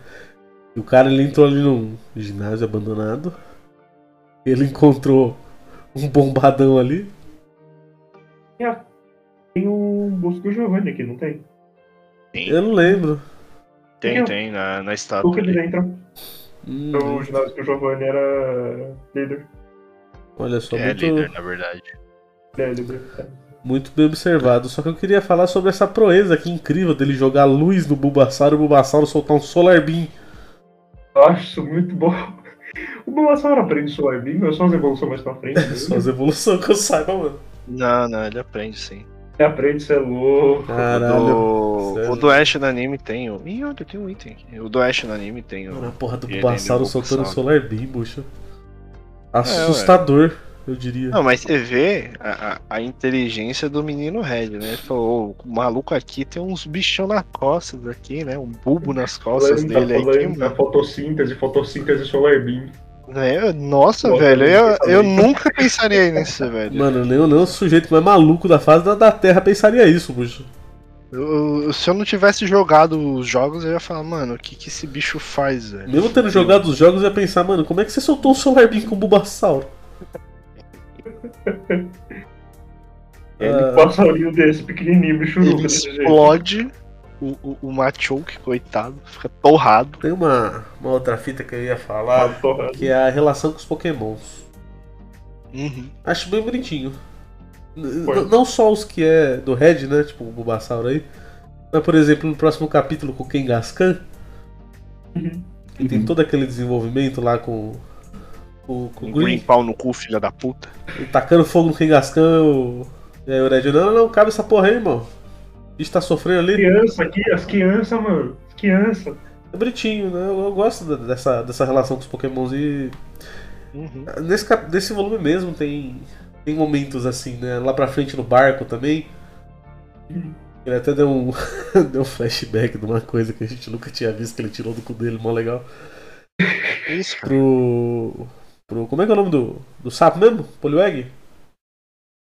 [SPEAKER 3] O cara ele entrou ali num ginásio abandonado. Ele encontrou um bombadão ali.
[SPEAKER 2] Tem o bolso do Giovanni aqui, não tem?
[SPEAKER 3] Eu não lembro.
[SPEAKER 4] Tem, tem, na, na
[SPEAKER 2] Por
[SPEAKER 4] estátua.
[SPEAKER 2] que eles
[SPEAKER 4] ali.
[SPEAKER 2] entram?
[SPEAKER 3] Hum,
[SPEAKER 2] O ginásio que o Giovanni era líder.
[SPEAKER 3] olha só,
[SPEAKER 4] É líder,
[SPEAKER 3] muito,
[SPEAKER 4] na verdade.
[SPEAKER 2] É, líder.
[SPEAKER 3] muito bem observado. Só que eu queria falar sobre essa proeza aqui incrível dele jogar luz no Bulbasauro e o Bulbasauro soltar um Solar Beam.
[SPEAKER 2] Eu acho isso muito bom. O Bulbasaur aprende Solar Beam, é só as evoluções mais pra frente.
[SPEAKER 3] Só as evoluções que eu saiba, mano.
[SPEAKER 4] Não, não, ele aprende sim.
[SPEAKER 2] É a Prey de Selô.
[SPEAKER 3] Caralho.
[SPEAKER 4] O
[SPEAKER 3] sério.
[SPEAKER 4] do, o do Ash no anime tem o. Ih, olha, tem um item. aqui. O do Ash no anime tem
[SPEAKER 3] Mano, a
[SPEAKER 4] o.
[SPEAKER 3] porra do
[SPEAKER 4] Ele
[SPEAKER 3] Bulbasauro
[SPEAKER 4] ainda é
[SPEAKER 3] soltando o
[SPEAKER 4] Bulbasauro.
[SPEAKER 3] Solar Beam, bucha. Assustador, eu diria.
[SPEAKER 4] É, Não, mas você vê a, a- a inteligência do menino Red, né? Ele falou, "Ô, o maluco aqui tem uns bichão nas costas aqui, né? Um bulbo nas costas
[SPEAKER 2] Lenta,
[SPEAKER 4] dele aí. que,
[SPEAKER 2] lenta, fotossíntese, fotossíntese solar beam.
[SPEAKER 4] né? Nossa,
[SPEAKER 2] Nossa,
[SPEAKER 4] velho,
[SPEAKER 2] eu
[SPEAKER 4] eu,
[SPEAKER 2] nunca
[SPEAKER 4] eu
[SPEAKER 2] falei.
[SPEAKER 4] nunca pensaria nisso, velho.
[SPEAKER 3] Mano, nem, o- nem o sujeito mais maluco da fase da, da Terra pensaria isso, bucho.
[SPEAKER 4] Eu- eu- se eu não tivesse jogado os jogos, eu ia falar, mano, o que, que esse bicho faz, velho?
[SPEAKER 3] Mesmo tendo jogado os jogos, eu ia pensar, mano, como é que você soltou um Solar Beam com o Bulbasauro?
[SPEAKER 2] Ele
[SPEAKER 3] Ah.
[SPEAKER 2] passa ali Um desse pequenininho, bicho
[SPEAKER 4] Ele
[SPEAKER 2] desse jeito.
[SPEAKER 4] explode o, o, o Machoke, coitado, fica torrado.
[SPEAKER 3] Tem uma, uma outra fita que eu ia falar,
[SPEAKER 2] Uma torrada.
[SPEAKER 3] que é a relação com os pokémons.
[SPEAKER 4] Uhum.
[SPEAKER 3] Acho bem bonitinho. N-
[SPEAKER 2] Foi.
[SPEAKER 3] n- Não só os que é do Red, né? Tipo o Bulbasauro aí. Mas, por exemplo, no próximo capítulo com o Kengascan,
[SPEAKER 2] Uhum.
[SPEAKER 3] que tem
[SPEAKER 5] Uhum.
[SPEAKER 3] todo aquele desenvolvimento lá com, com, com o
[SPEAKER 4] Um
[SPEAKER 3] Green,
[SPEAKER 4] Green Pau no cu, filha da puta.
[SPEAKER 3] E tacando fogo no Kengascan, o... e aí o Red, não, não, não, cabe essa porra aí, irmão. O bicho tá sofrendo ali.
[SPEAKER 2] Criança aqui, as crianças, mano. As crianças.
[SPEAKER 3] É bonitinho, né? Eu, eu gosto da- dessa, dessa relação com os pokémons e
[SPEAKER 4] Uhum.
[SPEAKER 3] Nesse, cap- nesse volume mesmo tem, tem momentos assim, né? Lá pra frente no barco também. Ele até deu um, deu um flashback de uma coisa que a gente nunca tinha visto, que ele tirou do cu dele, mó legal.
[SPEAKER 4] É Isso, cara.
[SPEAKER 3] Pro. pro como é que é o nome do, do sapo mesmo? Poliwag?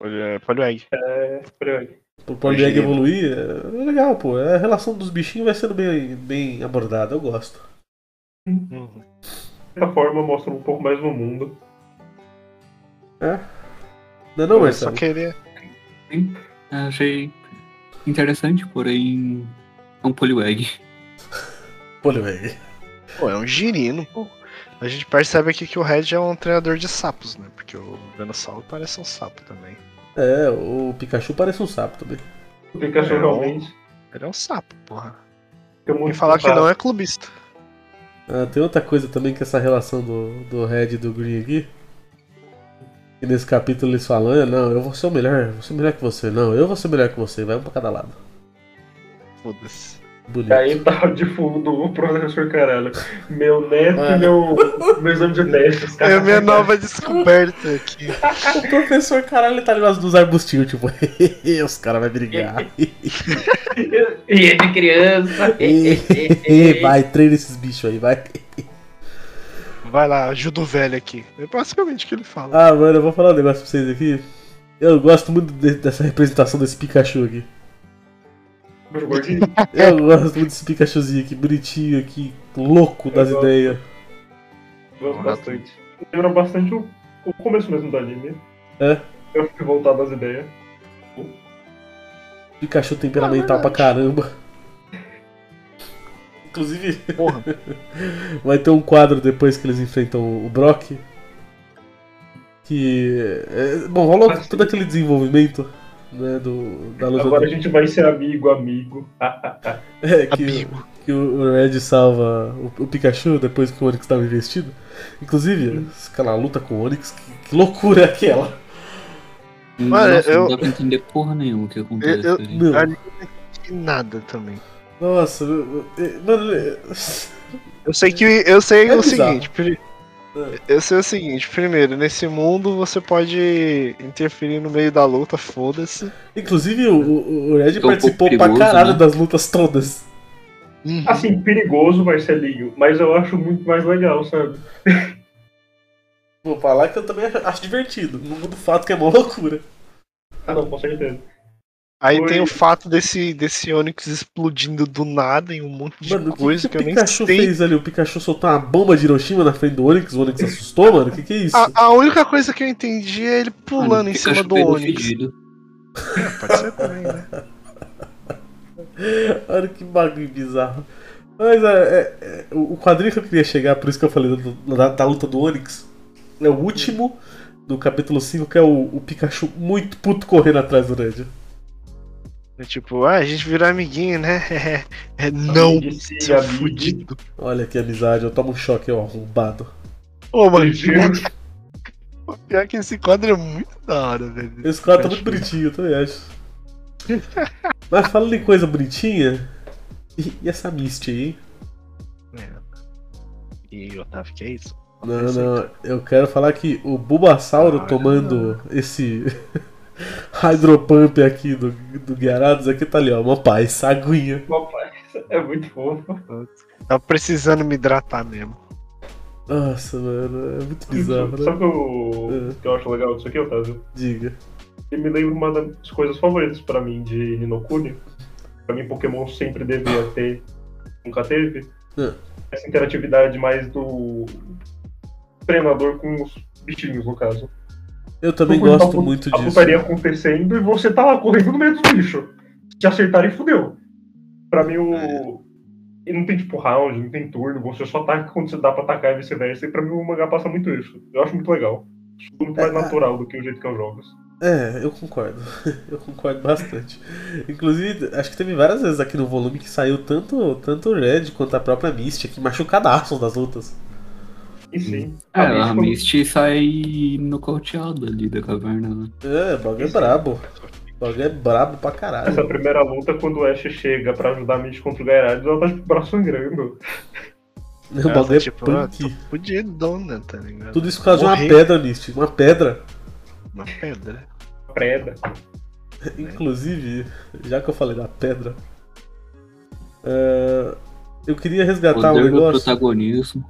[SPEAKER 4] Olha, olha o Egg.
[SPEAKER 2] É, peraí.
[SPEAKER 3] Pro Poliwag
[SPEAKER 4] Gênio.
[SPEAKER 3] evoluir. É, é legal, pô. É, A relação dos bichinhos vai sendo bem, bem abordada, eu gosto.
[SPEAKER 4] Uhum.
[SPEAKER 2] De certa forma, mostra um pouco mais do mundo.
[SPEAKER 3] Não é não,
[SPEAKER 4] eu só
[SPEAKER 3] Marcelo?
[SPEAKER 4] queria.
[SPEAKER 5] Ah, Achei interessante, porém. É um poliwag.
[SPEAKER 3] Poliwag.
[SPEAKER 4] Pô, é um girino, pô. A gente percebe aqui que o Red é um treinador de sapos, né? Porque o Venossauro parece um sapo também.
[SPEAKER 3] É, o Pikachu parece um sapo também.
[SPEAKER 2] O Pikachu
[SPEAKER 4] É,
[SPEAKER 2] realmente.
[SPEAKER 4] Ele é um sapo, porra.
[SPEAKER 2] Tem um muito
[SPEAKER 4] Quem falar que
[SPEAKER 2] contato.
[SPEAKER 4] não é clubista.
[SPEAKER 3] Ah, tem outra coisa também que essa relação do, do Red e do Green aqui. E nesse capítulo eles falam, "Ah, não, eu vou ser o melhor, vou ser melhor que você, não, eu vou ser melhor que você, vai um pra cada lado.
[SPEAKER 4] Foda-se.
[SPEAKER 3] Bonito.
[SPEAKER 2] E Aí tá de fundo o professor caralho. Meu neto e
[SPEAKER 3] Mano.
[SPEAKER 2] meu, meu exame de testes, cara.
[SPEAKER 4] É a minha nova descoberta aqui.
[SPEAKER 3] Ah, O professor caralho ele tá ali nos arbustinhos, tipo, os caras vão brigar.
[SPEAKER 2] E é de criança.
[SPEAKER 3] vai, treina esses bichos aí, vai.
[SPEAKER 4] Vai lá, ajuda o velho aqui. É basicamente o que ele fala.
[SPEAKER 3] Ah, mano, eu vou falar um negócio pra vocês aqui. Eu gosto muito de- dessa representação desse Pikachu aqui.
[SPEAKER 2] Meu gordinho.
[SPEAKER 3] Eu gosto muito desse Pikachuzinho aqui, bonitinho aqui, louco das
[SPEAKER 2] gosto.
[SPEAKER 3] ideias.
[SPEAKER 2] Gosto bastante. Lembra bastante o, o começo mesmo do anime.
[SPEAKER 3] É.
[SPEAKER 2] Eu fui voltar das ideias.
[SPEAKER 3] Pikachu temperamental pra caramba. Inclusive,
[SPEAKER 4] Porra.
[SPEAKER 3] vai ter um quadro depois que eles enfrentam o Brock. Que. é, bom, rola
[SPEAKER 2] Mas-
[SPEAKER 3] todo aquele desenvolvimento né, do, da luz
[SPEAKER 2] Agora a gente vai ser amigo, amigo.
[SPEAKER 3] é, que,
[SPEAKER 4] Amigo.
[SPEAKER 3] que o Red salva o, o Pikachu depois que o Onix estava investido. Inclusive, aquela luta com o Onix, que, que loucura é aquela! Ah,
[SPEAKER 4] Mano,
[SPEAKER 5] Nossa,
[SPEAKER 4] eu-
[SPEAKER 5] Não dá pra entender porra nenhuma o que acontece.
[SPEAKER 4] Eu- eu-
[SPEAKER 5] ali.
[SPEAKER 2] É.
[SPEAKER 3] Meu,
[SPEAKER 4] E nada também.
[SPEAKER 3] nossa, eu- eu- mano. é, eu-
[SPEAKER 4] Eu sei que. Eu sei
[SPEAKER 3] É bizarro.
[SPEAKER 4] o
[SPEAKER 3] Ah.
[SPEAKER 4] seguinte. pri- Eu sei o seguinte, primeiro, nesse mundo você pode interferir no meio da luta, foda-se.
[SPEAKER 3] Inclusive, o, o- o Red
[SPEAKER 5] Ficou um
[SPEAKER 3] participou
[SPEAKER 5] pouco
[SPEAKER 3] pra
[SPEAKER 5] perigoso,
[SPEAKER 3] caralho
[SPEAKER 5] né?
[SPEAKER 3] das lutas todas.
[SPEAKER 4] Uhum.
[SPEAKER 2] Assim, perigoso, Marcelinho, mas eu acho muito mais legal, sabe?
[SPEAKER 3] Vou falar que eu também acho- acho divertido. No mundo fato que é uma loucura.
[SPEAKER 2] Ah, não, com certeza.
[SPEAKER 4] Aí
[SPEAKER 2] Oi.
[SPEAKER 4] tem o fato desse, desse Onix explodindo do nada em um monte de
[SPEAKER 3] Mano, o que,
[SPEAKER 4] coisa
[SPEAKER 3] que
[SPEAKER 4] que,
[SPEAKER 3] o
[SPEAKER 4] eu nem
[SPEAKER 3] Pikachu
[SPEAKER 4] sei.
[SPEAKER 3] fez ali? O Pikachu soltou uma bomba de Hiroshima na frente do Onix, o Onix assustou, mano? O que, que é isso?
[SPEAKER 4] A, a única coisa que eu entendi é ele
[SPEAKER 5] Mano,
[SPEAKER 4] pulando em
[SPEAKER 5] Pikachu
[SPEAKER 4] cima do
[SPEAKER 5] pegou
[SPEAKER 4] Onix.
[SPEAKER 5] fedido.
[SPEAKER 4] Pode ser também, né?
[SPEAKER 3] Olha que bagulho bizarro. Mas é, é- é, o o quadrinho que eu queria chegar, por isso que eu falei do- da, da luta do Onix, é o último do capítulo 5, que é o, o Pikachu muito puto correndo atrás do Red.
[SPEAKER 4] É tipo, ah, a gente virou amiguinho, né? É, não,
[SPEAKER 2] Amigo, sim,
[SPEAKER 4] seu
[SPEAKER 2] amigo.
[SPEAKER 4] fudido.
[SPEAKER 3] Olha que amizade, eu tomo um choque, ó, arrombado.
[SPEAKER 4] Ô, mano,
[SPEAKER 2] Fudido.
[SPEAKER 4] pior que esse quadro é muito da hora, velho.
[SPEAKER 3] Esse quadro tá muito
[SPEAKER 4] Pikachu.
[SPEAKER 3] bonitinho, eu também acho. Mas falando em coisa bonitinha. E, e essa Misty aí?
[SPEAKER 4] É. E Otávio, que é isso?
[SPEAKER 3] Não, não, eu quero falar que o Bulbasauro
[SPEAKER 4] Ah,
[SPEAKER 3] tomando esse hydropump aqui do, do Guiarados aqui tá ali, ó, uma paz, aguinha.
[SPEAKER 2] Papai, é muito fofo.
[SPEAKER 4] Tava tá precisando me hidratar mesmo.
[SPEAKER 3] Nossa, mano, é muito bizarro, né? É.
[SPEAKER 2] Sabe que eu, que eu acho legal disso aqui, Otávio?
[SPEAKER 3] Diga.
[SPEAKER 2] Ele me lembra uma das coisas favoritas pra mim de Ninokuni. Pra mim, Pokémon sempre devia ter, nunca teve.
[SPEAKER 3] Ah.
[SPEAKER 2] Essa interatividade mais do treinador com os bichinhos, no caso.
[SPEAKER 3] Eu também
[SPEAKER 2] Vou contar
[SPEAKER 3] gosto
[SPEAKER 2] um-
[SPEAKER 3] muito
[SPEAKER 2] a
[SPEAKER 3] disso.
[SPEAKER 2] putaria acontecendo e você tá lá correndo no meio dos bichos. Te acertarem, fudeu. Pra mim,
[SPEAKER 5] É.
[SPEAKER 2] o. E não tem tipo round, não tem turno, você só ataca quando você dá pra atacar e vice-versa. E pra mim, o mangá passa muito isso. Eu acho muito legal. Acho muito mais
[SPEAKER 3] É,
[SPEAKER 2] natural do que o jeito que eu jogo.
[SPEAKER 3] É, eu concordo. Eu concordo bastante. Inclusive, acho que teve várias vezes aqui no volume que saiu tanto, tanto o Red quanto a própria Misty que machucadaço das lutas.
[SPEAKER 2] E sim.
[SPEAKER 4] Ah,
[SPEAKER 5] É, a
[SPEAKER 2] Misty quando-
[SPEAKER 5] Misty sai nocauteada ali da caverna. né?
[SPEAKER 3] É, o bagulho é brabo. O bagulho é brabo pra
[SPEAKER 2] Essa
[SPEAKER 3] caralho.
[SPEAKER 2] primeira luta, quando o Ash chega pra ajudar a Mitch contra o Gairad, ela tá tipo, braço sangrando.
[SPEAKER 3] O bagulho é
[SPEAKER 4] tipo, ah,
[SPEAKER 3] punk.
[SPEAKER 4] tô fudidona, tá ligado?
[SPEAKER 3] Tudo isso por causa de uma
[SPEAKER 4] Morri.
[SPEAKER 3] pedra, Misty. Uma pedra.
[SPEAKER 4] Uma pedra.
[SPEAKER 2] Preda.
[SPEAKER 3] Inclusive, já que eu falei da pedra, é, eu queria resgatar um
[SPEAKER 5] Poder do
[SPEAKER 3] negócio.
[SPEAKER 5] protagonismo.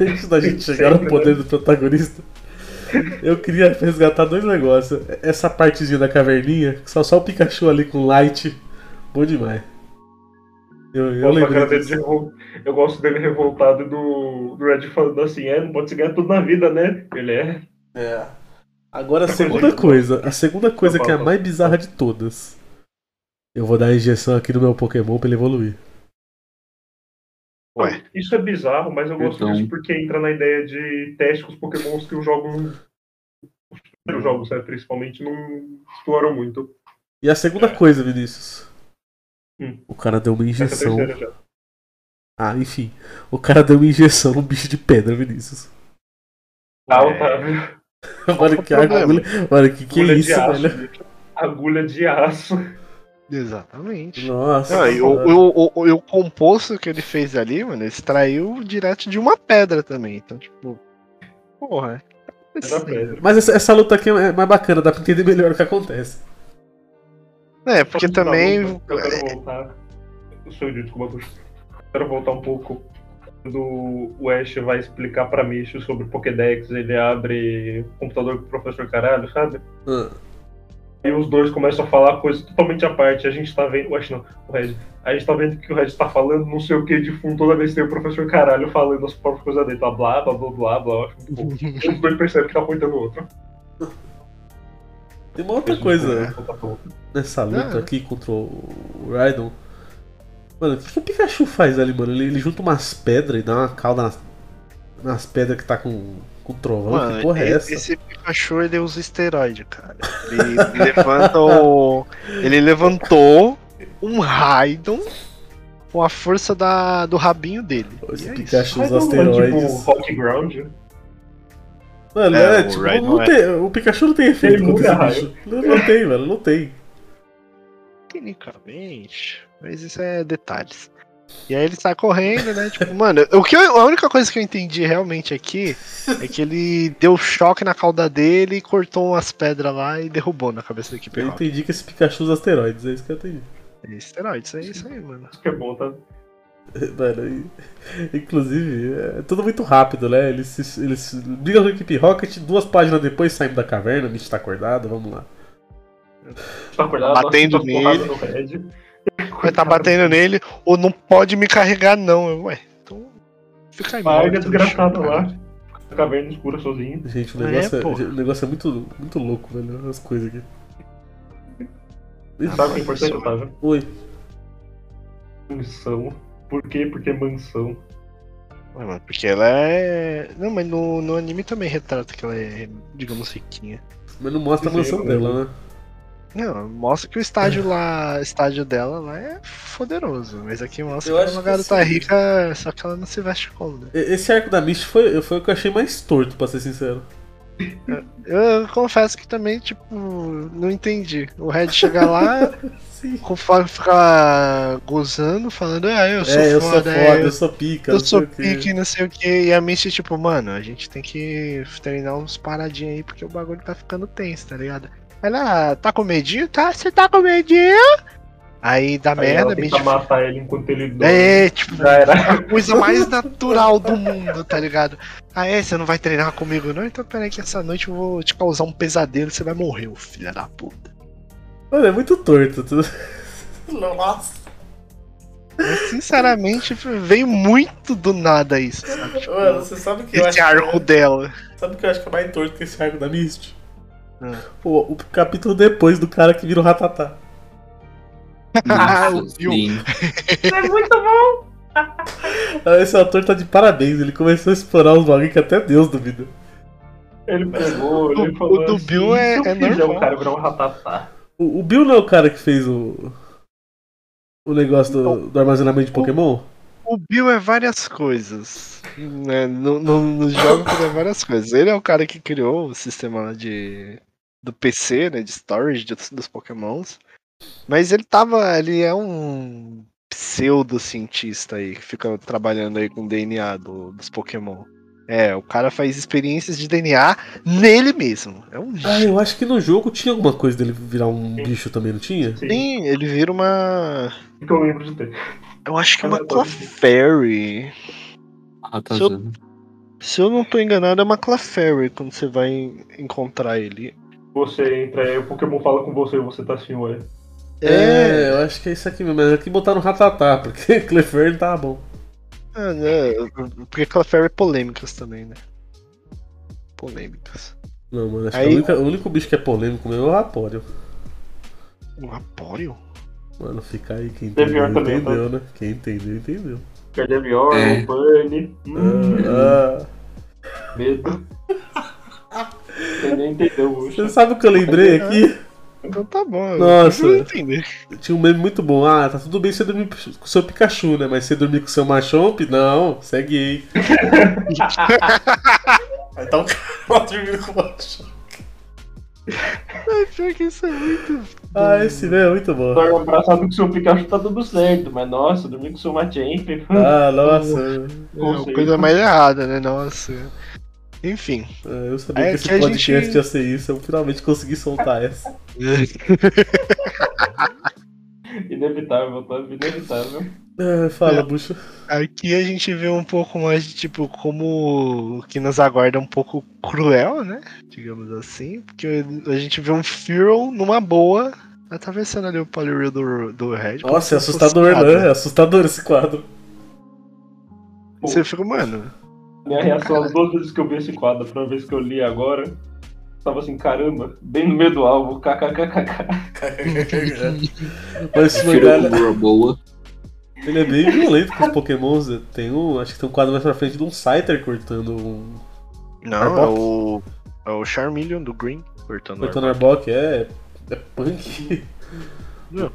[SPEAKER 3] antes da gente chegar
[SPEAKER 2] né?
[SPEAKER 3] no poder do protagonista, eu queria resgatar dois negócios. Essa partezinha da caverninha, que só, só o Pikachu ali com light, bom demais. Eu, eu
[SPEAKER 2] Eu,
[SPEAKER 3] lembro disso.
[SPEAKER 2] eu gosto dele revoltado e do, do Red falando assim: é, não pode se ganhar tudo na vida, né? Ele é.
[SPEAKER 3] É. Agora a
[SPEAKER 2] Tá
[SPEAKER 3] segunda
[SPEAKER 2] bom.
[SPEAKER 3] coisa, a segunda
[SPEAKER 2] Tá
[SPEAKER 3] coisa
[SPEAKER 2] bom,
[SPEAKER 3] que é a
[SPEAKER 2] tá
[SPEAKER 3] mais bizarra de todas. Eu vou dar a injeção aqui no meu Pokémon pra ele evoluir.
[SPEAKER 4] Ué.
[SPEAKER 2] Isso é bizarro, mas eu gosto
[SPEAKER 5] Então.
[SPEAKER 2] disso porque entra na ideia de teste com os pokémons que o jogo. Os primeiros jogos, né, principalmente, não exploram muito.
[SPEAKER 3] E a segunda
[SPEAKER 4] É.
[SPEAKER 3] coisa, Vinícius.
[SPEAKER 2] Hum.
[SPEAKER 3] O cara deu uma
[SPEAKER 2] Essa é a
[SPEAKER 3] injeção.
[SPEAKER 2] terceira já.
[SPEAKER 3] Ah, enfim. O cara deu uma injeção no bicho de pedra, Vinícius.
[SPEAKER 2] Tá,
[SPEAKER 4] Ué.
[SPEAKER 2] Otávio.
[SPEAKER 3] Mano,
[SPEAKER 4] o
[SPEAKER 3] que
[SPEAKER 4] problema?
[SPEAKER 3] agulha. Mano, que que é
[SPEAKER 2] Agulha de
[SPEAKER 3] isso,
[SPEAKER 2] aço.
[SPEAKER 3] velho?
[SPEAKER 2] bicho. Agulha de aço.
[SPEAKER 4] Exatamente.
[SPEAKER 3] Nossa.
[SPEAKER 4] Ah, e o,
[SPEAKER 3] mano.
[SPEAKER 4] o, o, o- o composto que ele fez ali, mano, ele extraiu direto de uma pedra também. Então, tipo. Porra. assim.
[SPEAKER 2] É da pedra.
[SPEAKER 3] Mas essa, essa luta aqui é mais bacana, dá pra entender melhor o que acontece.
[SPEAKER 4] É, porque
[SPEAKER 2] Só pra
[SPEAKER 4] também.
[SPEAKER 2] voltar, Eu quero voltar. O seu Júlio, desculpa, puxa. Eu quero voltar um pouco. Quando o Ash vai explicar pra Micho sobre Pokédex, ele abre o computador com o professor caralho, sabe?
[SPEAKER 3] Ah,
[SPEAKER 2] Aí os dois começam a falar coisas totalmente à parte. A gente tá vendo. Acho não, o Red. A gente tá vendo que o Red tá falando não sei o que de fundo toda vez que tem o professor caralho falando as próprias coisas dele. Tá blá, blá, blá, blá, blá. Eu acho muito bom. os dois percebem que tá apontando o outro.
[SPEAKER 3] Tem uma outra coisa né?
[SPEAKER 2] Tá
[SPEAKER 3] nessa luta
[SPEAKER 4] Ah.
[SPEAKER 3] aqui contra o Raidon. Mano, o que, que o Pikachu faz ali, mano? Ele, ele junta umas pedras e dá uma cauda nas, nas pedras que tá com, com trovão. que porra é
[SPEAKER 4] e-
[SPEAKER 3] essa?
[SPEAKER 4] esse Pikachu ele usa esteroide, cara. Ele levanta o. Ele levantou um Raidon com a força da, do rabinho dele.
[SPEAKER 3] Esse
[SPEAKER 4] E é isso.
[SPEAKER 3] Pikachu
[SPEAKER 2] Mas
[SPEAKER 3] usa
[SPEAKER 2] não é tipo
[SPEAKER 3] asteroides.
[SPEAKER 2] Rock Ground.
[SPEAKER 3] Mano,
[SPEAKER 4] É,
[SPEAKER 3] é,
[SPEAKER 4] o
[SPEAKER 3] tipo,
[SPEAKER 4] Raidon
[SPEAKER 3] não
[SPEAKER 4] é-
[SPEAKER 3] tem- o Pikachu não tem efeito
[SPEAKER 2] Ele
[SPEAKER 3] contra
[SPEAKER 2] muda
[SPEAKER 3] esse bicho. Não, não tem, mano, não tem.
[SPEAKER 4] Tecnicamente, mas isso é detalhes. E aí ele sai correndo, né? Tipo, mano, o que eu- a única coisa que eu entendi realmente aqui é que ele deu choque na cauda dele e cortou umas pedras lá e derrubou na cabeça da equipe.
[SPEAKER 3] Eu
[SPEAKER 4] Rocket.
[SPEAKER 3] entendi que esse Pikachu usa asteroides, é isso que eu entendi.
[SPEAKER 4] É esteroide, isso aí, isso aí, mano.
[SPEAKER 2] Isso que é bom, tá?
[SPEAKER 3] Mano, e- inclusive, é tudo muito rápido, né? Eles, se, eles se- brigam com a equipe Rocket, duas páginas depois saímos da caverna, o Mitch tá acordado, vamos lá.
[SPEAKER 2] Tá acordado,
[SPEAKER 4] Batendo
[SPEAKER 2] dá umas porradas
[SPEAKER 4] nele.
[SPEAKER 2] no Red.
[SPEAKER 4] Vai tá batendo nele, ou não pode me carregar, não. Eu, ué, então fica aí,
[SPEAKER 2] Larga
[SPEAKER 4] morto,
[SPEAKER 2] é desgraçado
[SPEAKER 4] tá bicho,
[SPEAKER 2] lá.
[SPEAKER 4] cara.
[SPEAKER 2] Na caverna escura sozinho.
[SPEAKER 3] Gente, o
[SPEAKER 4] É,
[SPEAKER 3] negócio é,
[SPEAKER 4] pô.
[SPEAKER 3] o negócio é muito, muito louco, velho, as coisas aqui.
[SPEAKER 2] Sabe o que é importante, Otávio?
[SPEAKER 3] Oi.
[SPEAKER 2] Mansão. Por quê? Porque é mansão.
[SPEAKER 4] Ué, mano, porque ela é. Não, mas no, no anime também retrata que ela é, digamos, riquinha.
[SPEAKER 3] Mas não mostra a
[SPEAKER 2] Sim,
[SPEAKER 3] mansão
[SPEAKER 2] eu-
[SPEAKER 3] dela, né?
[SPEAKER 4] Não, mostra que o
[SPEAKER 2] É.
[SPEAKER 4] estádio lá, estádio dela lá é foderoso, mas aqui mostra
[SPEAKER 3] Eu
[SPEAKER 4] que é
[SPEAKER 3] acho
[SPEAKER 4] uma
[SPEAKER 3] que
[SPEAKER 4] garota
[SPEAKER 3] sim.
[SPEAKER 4] rica, só que ela não se veste como, né?
[SPEAKER 3] E- Esse arco da Mitch foi, foi o que eu achei mais torto, pra ser sincero.
[SPEAKER 4] Eu confesso que também, tipo, não entendi. O Red chega lá,
[SPEAKER 3] assim?
[SPEAKER 4] Conforme ficar gozando, falando, ah, eu sou
[SPEAKER 3] é, eu sou
[SPEAKER 4] foda,
[SPEAKER 3] foda,
[SPEAKER 4] é, eu
[SPEAKER 3] eu sou pica.
[SPEAKER 4] Eu
[SPEAKER 3] não sei
[SPEAKER 4] sou
[SPEAKER 3] o quê.
[SPEAKER 4] pique, não sei o que. E a Misty, tipo, mano, a gente tem que treinar uns paradinhos aí, porque o bagulho tá ficando tenso, tá ligado? Ela, tá com medinho? Tá, você tá com medinho? Aí dá
[SPEAKER 2] Aí ela
[SPEAKER 4] merda,
[SPEAKER 2] tenta
[SPEAKER 4] Misty.
[SPEAKER 2] matar ele enquanto ele dorme.
[SPEAKER 4] É, tipo,
[SPEAKER 2] Já era.
[SPEAKER 4] a coisa mais natural do mundo, tá ligado? Ah, é? Você não vai treinar comigo, não? Então peraí que essa noite eu vou te causar um pesadelo, você vai morrer, ô filha da puta.
[SPEAKER 3] Mano, é muito torto. Tudo... Nossa.
[SPEAKER 4] Mas, sinceramente, veio muito do nada isso, sabe? Tipo,
[SPEAKER 3] Mano, você sabe o que eu acho
[SPEAKER 4] esse arco
[SPEAKER 3] que
[SPEAKER 4] dela.
[SPEAKER 3] é, Sabe o que eu acho que é mais torto que esse arco da Mist?
[SPEAKER 4] Hum.
[SPEAKER 3] Pô, o capítulo depois do cara que vira o ratatá.
[SPEAKER 4] Ah,
[SPEAKER 5] Nossa,
[SPEAKER 4] viu?
[SPEAKER 5] sim.
[SPEAKER 2] É muito bom.
[SPEAKER 3] Ah, Esse autor tá de parabéns, ele começou a explorar os bagulho que até Deus duvida.
[SPEAKER 2] Ele pegou,
[SPEAKER 4] o-
[SPEAKER 2] ele
[SPEAKER 4] o
[SPEAKER 2] falou
[SPEAKER 4] do
[SPEAKER 2] assim,
[SPEAKER 4] Bill é-
[SPEAKER 2] se eu
[SPEAKER 4] é
[SPEAKER 2] fizer
[SPEAKER 4] normal.
[SPEAKER 2] o cara virar um ratatá.
[SPEAKER 3] O, o Bill não é o cara que fez o. O negócio do, do armazenamento de Pokémon?
[SPEAKER 4] O Bill é várias coisas. Né? No, no, no jogo ele é várias coisas. Ele é o cara que criou o sistema lá de do PC, né? De storage dos, dos Pokémons. Mas ele tava. Ele é um pseudo-cientista aí, que fica trabalhando aí com DNA do- dos Pokémon. É, o cara faz experiências de DNA nele mesmo. É um
[SPEAKER 3] Ah, eu acho que no jogo tinha alguma coisa dele virar um bicho também, não tinha?
[SPEAKER 2] Sim,
[SPEAKER 4] Sim, ele vira uma.
[SPEAKER 2] Assim, que eu lembro de ter.
[SPEAKER 4] Eu acho que é uma
[SPEAKER 2] Eu adoro.
[SPEAKER 4] Clefairy.
[SPEAKER 5] Ah, tá
[SPEAKER 4] Seu-
[SPEAKER 5] zoando.
[SPEAKER 4] Se eu não tô enganado, é uma Clefairy quando você vai en- encontrar ele.
[SPEAKER 2] Você entra aí, o Pokémon fala com você e você tá assim, ué.
[SPEAKER 3] É, eu acho que é isso aqui mesmo. Mas aqui botaram ratatá, porque Clefairy tá bom.
[SPEAKER 4] Ah, né, Porque Clefairy é polêmicas também, né? Polêmicas.
[SPEAKER 3] Não, mano, acho
[SPEAKER 4] Aí-
[SPEAKER 3] que a única- o único bicho que é polêmico mesmo é o Rapório.
[SPEAKER 4] Um apoio?
[SPEAKER 3] Mano, fica aí, quem
[SPEAKER 2] Teve
[SPEAKER 3] entendeu,
[SPEAKER 2] um também,
[SPEAKER 3] entendeu, né? Quem entendeu, entendeu.
[SPEAKER 2] Gardevoir,
[SPEAKER 5] É.
[SPEAKER 2] é. Bunny, hum,
[SPEAKER 3] Ah,
[SPEAKER 2] medo. Você nem entendeu
[SPEAKER 3] você
[SPEAKER 2] hoje.
[SPEAKER 3] sabe o que eu lembrei aqui?
[SPEAKER 4] Então tá bom.
[SPEAKER 3] Nossa.
[SPEAKER 4] Eu não entendi.
[SPEAKER 3] Tinha um meme muito bom. Ah, tá tudo bem você dormir com o seu Pikachu, né? Mas você dormir com o seu Machomp? Não, você é gay. Aí tá um cara dormindo com o Machomp.
[SPEAKER 4] Ai, pior que isso é muito.
[SPEAKER 3] Ah, esse meme é muito bom.
[SPEAKER 2] Tá abraçado com seu Pikachu tá tudo certo, mas nossa, dormir com seu Machamp.
[SPEAKER 3] Ah, nossa.
[SPEAKER 4] É uma coisa mais errada, né? Nossa. Enfim.
[SPEAKER 3] Ah, Eu sabia
[SPEAKER 4] É
[SPEAKER 3] que esse
[SPEAKER 4] que a
[SPEAKER 3] podcast
[SPEAKER 4] gente-
[SPEAKER 3] ia ser isso. Eu finalmente consegui soltar essa.
[SPEAKER 2] Inevitável, tá? Inevitável.
[SPEAKER 3] Ah,
[SPEAKER 4] É.
[SPEAKER 3] fala, bucho.
[SPEAKER 4] Aqui a gente vê um pouco mais de tipo como o que nos aguarda é um pouco cruel, né? Digamos assim. Porque a gente vê um Fearon numa boa, atravessando ali o Polyreal do, do Red. como se
[SPEAKER 3] Nossa, é
[SPEAKER 4] fosse
[SPEAKER 3] assustador,
[SPEAKER 4] nada.
[SPEAKER 3] né? É assustador esse quadro.
[SPEAKER 4] Você fica, mano.
[SPEAKER 2] Minha reação as duas vezes que eu vi esse quadro, a primeira vez que eu li agora, tava assim, caramba, bem no meio do alvo, kkkk.
[SPEAKER 3] Mas esse
[SPEAKER 5] Prefiro
[SPEAKER 3] mangá,
[SPEAKER 5] o Lua boa.
[SPEAKER 3] ele é bem violento com os pokémons. Tem um, acho que tem um quadro mais pra frente de um Scyther cortando um
[SPEAKER 4] Não, é
[SPEAKER 3] Arbok?
[SPEAKER 4] o. É o Charmeleon do Green. Cortando,
[SPEAKER 3] Cortando
[SPEAKER 4] cortando,
[SPEAKER 3] Arbok é. é punk.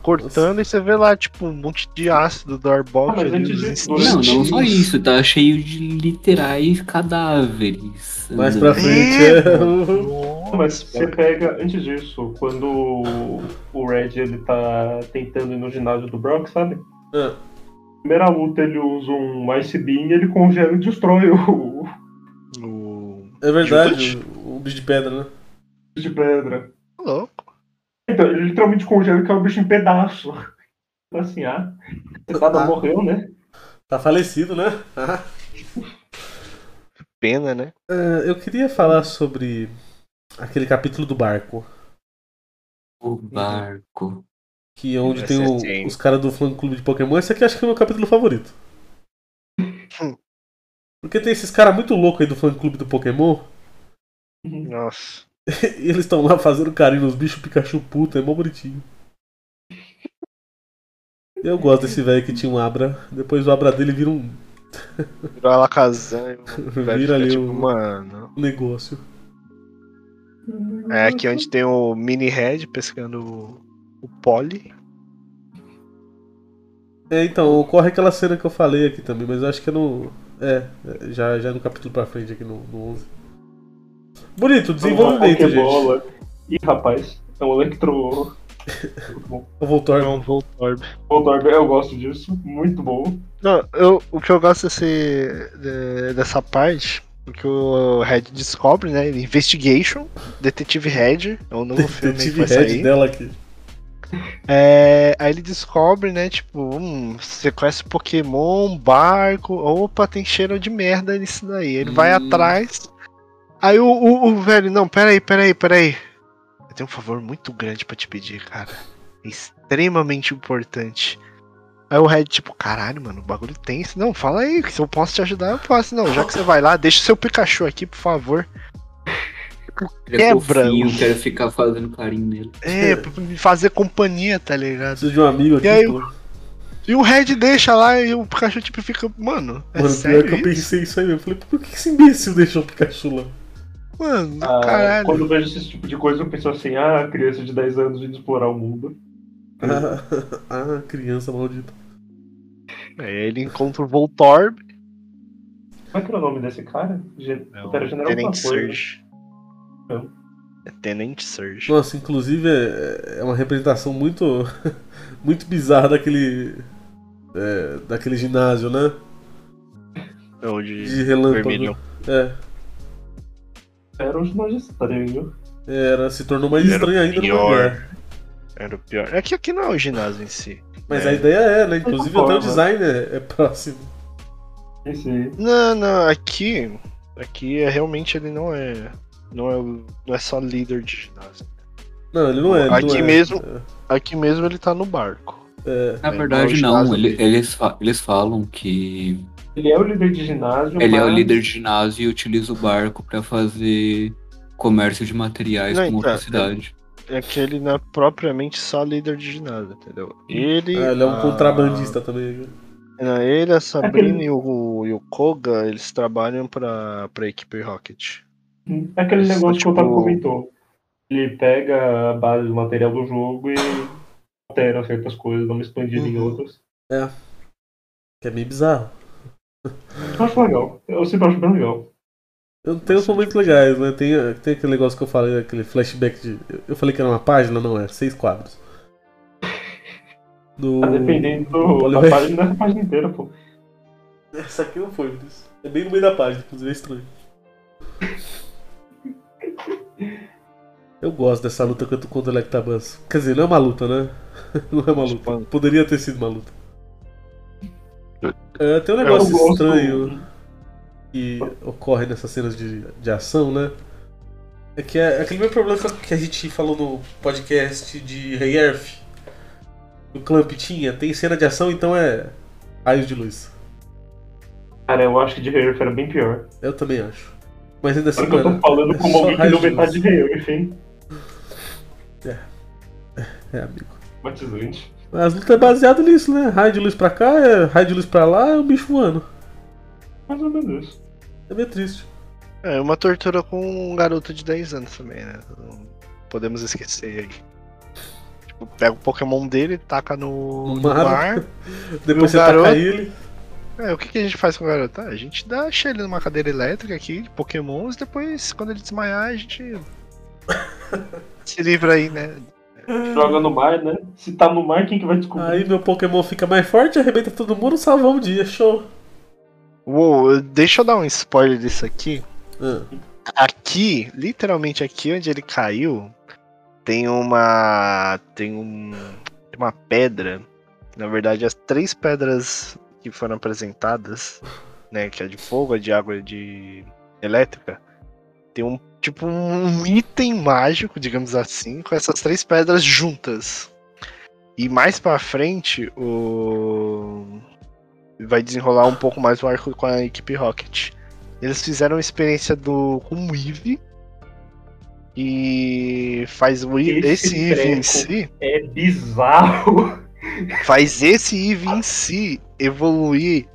[SPEAKER 4] cortando e você vê lá, tipo, um monte de ácido do Arbok
[SPEAKER 2] Ah, mas
[SPEAKER 4] ali,
[SPEAKER 2] antes
[SPEAKER 4] os
[SPEAKER 2] disso,
[SPEAKER 5] Não,
[SPEAKER 4] insetos.
[SPEAKER 5] não só isso, tá cheio de literais cadáveres.
[SPEAKER 3] Mais pra frente
[SPEAKER 4] É,
[SPEAKER 3] é o.
[SPEAKER 4] Nossa,
[SPEAKER 2] Mas você pega, antes disso, quando o- o Red ele tá tentando ir no ginásio do Brock, sabe?
[SPEAKER 4] É.
[SPEAKER 3] Ah.
[SPEAKER 2] Primeira luta ele usa um Ice Beam e ele congela e destrói o o
[SPEAKER 4] o-
[SPEAKER 3] É verdade, o, o bicho de pedra, né?
[SPEAKER 2] de pedra.
[SPEAKER 4] Tá louco.
[SPEAKER 2] Então, ele literalmente congela e cai o bicho em pedaço. Fala Assim, ah, você tá,
[SPEAKER 3] Ah.
[SPEAKER 2] morreu, né?
[SPEAKER 3] Tá falecido, né?
[SPEAKER 4] Pena, né?
[SPEAKER 3] Ah, eu queria falar sobre aquele capítulo do barco.
[SPEAKER 5] O barco.
[SPEAKER 3] Que é onde
[SPEAKER 4] Vai
[SPEAKER 3] tem
[SPEAKER 4] ser
[SPEAKER 3] o-
[SPEAKER 4] assim.
[SPEAKER 3] os caras do fã clube de Pokémon. Esse aqui acho que é o meu capítulo favorito.
[SPEAKER 4] Hum.
[SPEAKER 3] Porque tem esses caras muito loucos aí do fã clube do Pokémon.
[SPEAKER 4] Nossa.
[SPEAKER 3] E eles estão lá fazendo carinho nos bichos Pikachu puta, é mó bonitinho. Eu gosto desse velho que tinha um Abra, depois o Abra dele vira um
[SPEAKER 4] Virou a Lacazan e o velho
[SPEAKER 3] Vira
[SPEAKER 4] fica
[SPEAKER 3] ali
[SPEAKER 4] tipo,
[SPEAKER 3] o-
[SPEAKER 4] mano.
[SPEAKER 3] negócio.
[SPEAKER 4] É aqui onde tem o mini head pescando o, o poli.
[SPEAKER 3] É, então, ocorre aquela cena que eu falei aqui também, mas eu acho que é no. É, é, já, já é no capítulo pra frente aqui no, no 11. Bonito, desenvolvimento, gente.
[SPEAKER 2] Pokébola. Ih, rapaz, é um Electro. Muito bom.
[SPEAKER 3] Eu vou tornar.
[SPEAKER 4] um Voltorb.
[SPEAKER 2] Voltorb, eu gosto disso. Muito bom.
[SPEAKER 4] Não, eu, o que eu gosto desse, de- dessa parte, o que o Red descobre, né? Investigation, Detetive Red, é o novo filme que
[SPEAKER 3] Detetive
[SPEAKER 4] vai
[SPEAKER 3] Red
[SPEAKER 4] sair.
[SPEAKER 3] dela aqui.
[SPEAKER 4] É, aí ele descobre, né? Tipo, hum, sequestra Pokémon, um barco, opa, tem cheiro de merda nisso daí. Ele vai
[SPEAKER 5] Hum.
[SPEAKER 4] atrás. Aí o, o- o velho, não, peraí, peraí, peraí. Eu tenho um favor muito grande pra te pedir, cara. É extremamente importante. Aí o Red, tipo, caralho, mano, o bagulho tem isso. Não, fala aí, que se eu posso te ajudar, eu posso. Não, já que você vai lá, deixa o seu Pikachu aqui, por favor.
[SPEAKER 5] Ele é
[SPEAKER 4] Quebra.
[SPEAKER 5] fofinho, quero ficar fazendo carinho nele.
[SPEAKER 4] É, pra me fazer companhia, tá ligado?
[SPEAKER 3] Preciso de um amigo aqui,
[SPEAKER 4] E aí,
[SPEAKER 3] pô.
[SPEAKER 4] E o Red deixa lá e o Pikachu tipo fica, mano, é
[SPEAKER 3] Mano, pior
[SPEAKER 4] sério
[SPEAKER 3] que eu
[SPEAKER 4] isso?
[SPEAKER 3] pensei isso aí mesmo. Eu Falei, por que esse imbecil deixou o Pikachu lá?
[SPEAKER 4] Mano,
[SPEAKER 2] Ah,
[SPEAKER 4] caralho.
[SPEAKER 2] Quando eu vejo esse tipo de coisa, eu penso assim, ah, criança de 10 anos indo explorar o mundo.
[SPEAKER 3] Ah, ah, criança maldita.
[SPEAKER 4] Aí ele encontra o Voltorb,
[SPEAKER 2] Como é que era o nome desse cara? Gen...
[SPEAKER 4] Não,
[SPEAKER 2] Era General alguma
[SPEAKER 4] Tenente
[SPEAKER 2] é coisa.
[SPEAKER 4] Surge.
[SPEAKER 2] Não.
[SPEAKER 4] É Tenente Surge.
[SPEAKER 3] Nossa, inclusive é, é uma representação muito muito bizarra daquele é, daquele ginásio, né?
[SPEAKER 4] Não, de
[SPEAKER 3] De relâmpago.
[SPEAKER 4] é vermelho.
[SPEAKER 3] É,
[SPEAKER 2] Era um ginásio estranho.
[SPEAKER 3] era, se tornou mais
[SPEAKER 4] Era
[SPEAKER 3] estranho ainda. no
[SPEAKER 4] pior.
[SPEAKER 3] lugar.
[SPEAKER 4] Era o pior. É que aqui não é o ginásio em si.
[SPEAKER 3] Mas
[SPEAKER 4] É.
[SPEAKER 3] a ideia é, né? Inclusive até o
[SPEAKER 2] Concordo.
[SPEAKER 3] design é, é próximo.
[SPEAKER 2] Esse...
[SPEAKER 4] Não, não, aqui. Aqui é realmente ele não é. Não é, o- não é só líder de ginásio.
[SPEAKER 3] Não, ele não é. ele não
[SPEAKER 4] Aqui
[SPEAKER 3] é.
[SPEAKER 4] mesmo- Aqui mesmo ele tá no barco.
[SPEAKER 3] É,
[SPEAKER 5] Na
[SPEAKER 4] É,
[SPEAKER 5] verdade,
[SPEAKER 4] igual o
[SPEAKER 5] não.
[SPEAKER 4] ginásio
[SPEAKER 5] ele-
[SPEAKER 4] dele.
[SPEAKER 5] eles, fa- eles falam que
[SPEAKER 2] Ele é o líder de ginásio.
[SPEAKER 5] ele é o
[SPEAKER 2] mas-
[SPEAKER 5] líder de ginásio e utiliza o barco pra fazer comércio de materiais
[SPEAKER 4] Não,
[SPEAKER 5] com outra
[SPEAKER 4] então,
[SPEAKER 5] cidade.
[SPEAKER 4] É que ele não é propriamente só líder de ginásio, entendeu? Ele. Ah,
[SPEAKER 3] é, ele é um
[SPEAKER 2] Ah.
[SPEAKER 4] a-
[SPEAKER 3] contrabandista também.
[SPEAKER 4] Não, É, Ele, a Sabrina e o, e o Koga, eles trabalham pra, pra equipe Rocket.
[SPEAKER 2] É aquele
[SPEAKER 4] Só,
[SPEAKER 2] negócio que o Otávio
[SPEAKER 4] tipo-
[SPEAKER 2] comentou. Ele pega a base do material do jogo e altera certas coisas, dá uma expandida em
[SPEAKER 3] Uhum.
[SPEAKER 2] outras.
[SPEAKER 3] Que é meio bizarro.
[SPEAKER 2] Eu acho legal. Eu sempre acho bem legal.
[SPEAKER 3] Eu tenho uns momentos legais, né? Tem, tem aquele negócio que eu falei, aquele flashback de. eu- Eu falei que era uma página, não é? Seis quadros. Do.
[SPEAKER 2] Tá dependendo do-
[SPEAKER 3] Olha,
[SPEAKER 2] da
[SPEAKER 3] velho.
[SPEAKER 2] página, da página inteira, pô.
[SPEAKER 3] Essa aqui não foi, Vinícius. É bem no meio da página, inclusive é estranho. Eu gosto dessa luta contra contra o Electabuzz. Quer dizer, não é uma luta, né? Não é uma
[SPEAKER 4] Tipo,
[SPEAKER 3] luta. Poderia ter sido uma luta. É, tem um negócio
[SPEAKER 2] Eu gosto-
[SPEAKER 3] estranho que ocorre nessas cenas de, de ação, né? É que é aquele mesmo problema que a- que a gente falou no podcast de Rei Earth. O Clamp tinha, tem cena de ação, então é raios de luz.
[SPEAKER 2] Cara, eu acho que de Rei Earth era bem pior.
[SPEAKER 3] Eu também acho. Mas ainda assim,
[SPEAKER 2] Agora que eu
[SPEAKER 3] mano,
[SPEAKER 2] tô falando como
[SPEAKER 3] só
[SPEAKER 2] alguém que
[SPEAKER 3] raio
[SPEAKER 2] deu
[SPEAKER 3] de
[SPEAKER 2] metade de
[SPEAKER 3] luz.
[SPEAKER 2] Rei Earth, hein?
[SPEAKER 3] é amigo.
[SPEAKER 2] Batizante.
[SPEAKER 3] As lutas é baseado nisso, né? Raio de luz pra cá, é raio de luz pra lá, é o bicho voando.
[SPEAKER 2] Mais ou menos isso.
[SPEAKER 3] É meio triste.
[SPEAKER 4] É uma tortura com um garoto de 10 anos também, né? Não podemos esquecer aí. Tipo, pega o Pokémon dele, taca no,
[SPEAKER 3] No
[SPEAKER 4] no
[SPEAKER 3] mar.
[SPEAKER 4] mar.
[SPEAKER 3] Depois você tá
[SPEAKER 4] garoto-
[SPEAKER 3] taca ele.
[SPEAKER 4] É, o que, que a gente faz com o garoto? Ah, a gente dá, deixa ele numa cadeira elétrica aqui, de Pokémons, depois, quando ele desmaiar, a gente. se livra aí, né?
[SPEAKER 2] Joga no mar, né? Se tá no mar, quem que vai descobrir?
[SPEAKER 3] Aí meu Pokémon fica mais forte, arrebenta todo mundo, salvamos o dia, show.
[SPEAKER 4] Uou, deixa eu dar um spoiler disso aqui.
[SPEAKER 3] Ah,
[SPEAKER 4] aqui, literalmente aqui onde ele caiu, tem uma. Tem um. tem uma pedra. Na verdade, as três pedras que foram apresentadas, né? Que é de fogo, a de água e de elétrica. Tem um tipo um item mágico, digamos assim, com essas três pedras juntas. E mais pra frente, o. Vai desenrolar um pouco mais o arco com a equipe Rocket. Eles fizeram a experiência do com o Eve. E faz o Eve,
[SPEAKER 2] Esse
[SPEAKER 4] esse Eve em
[SPEAKER 2] treco.
[SPEAKER 4] si,
[SPEAKER 2] É bizarro.
[SPEAKER 4] faz esse Eve em si evoluir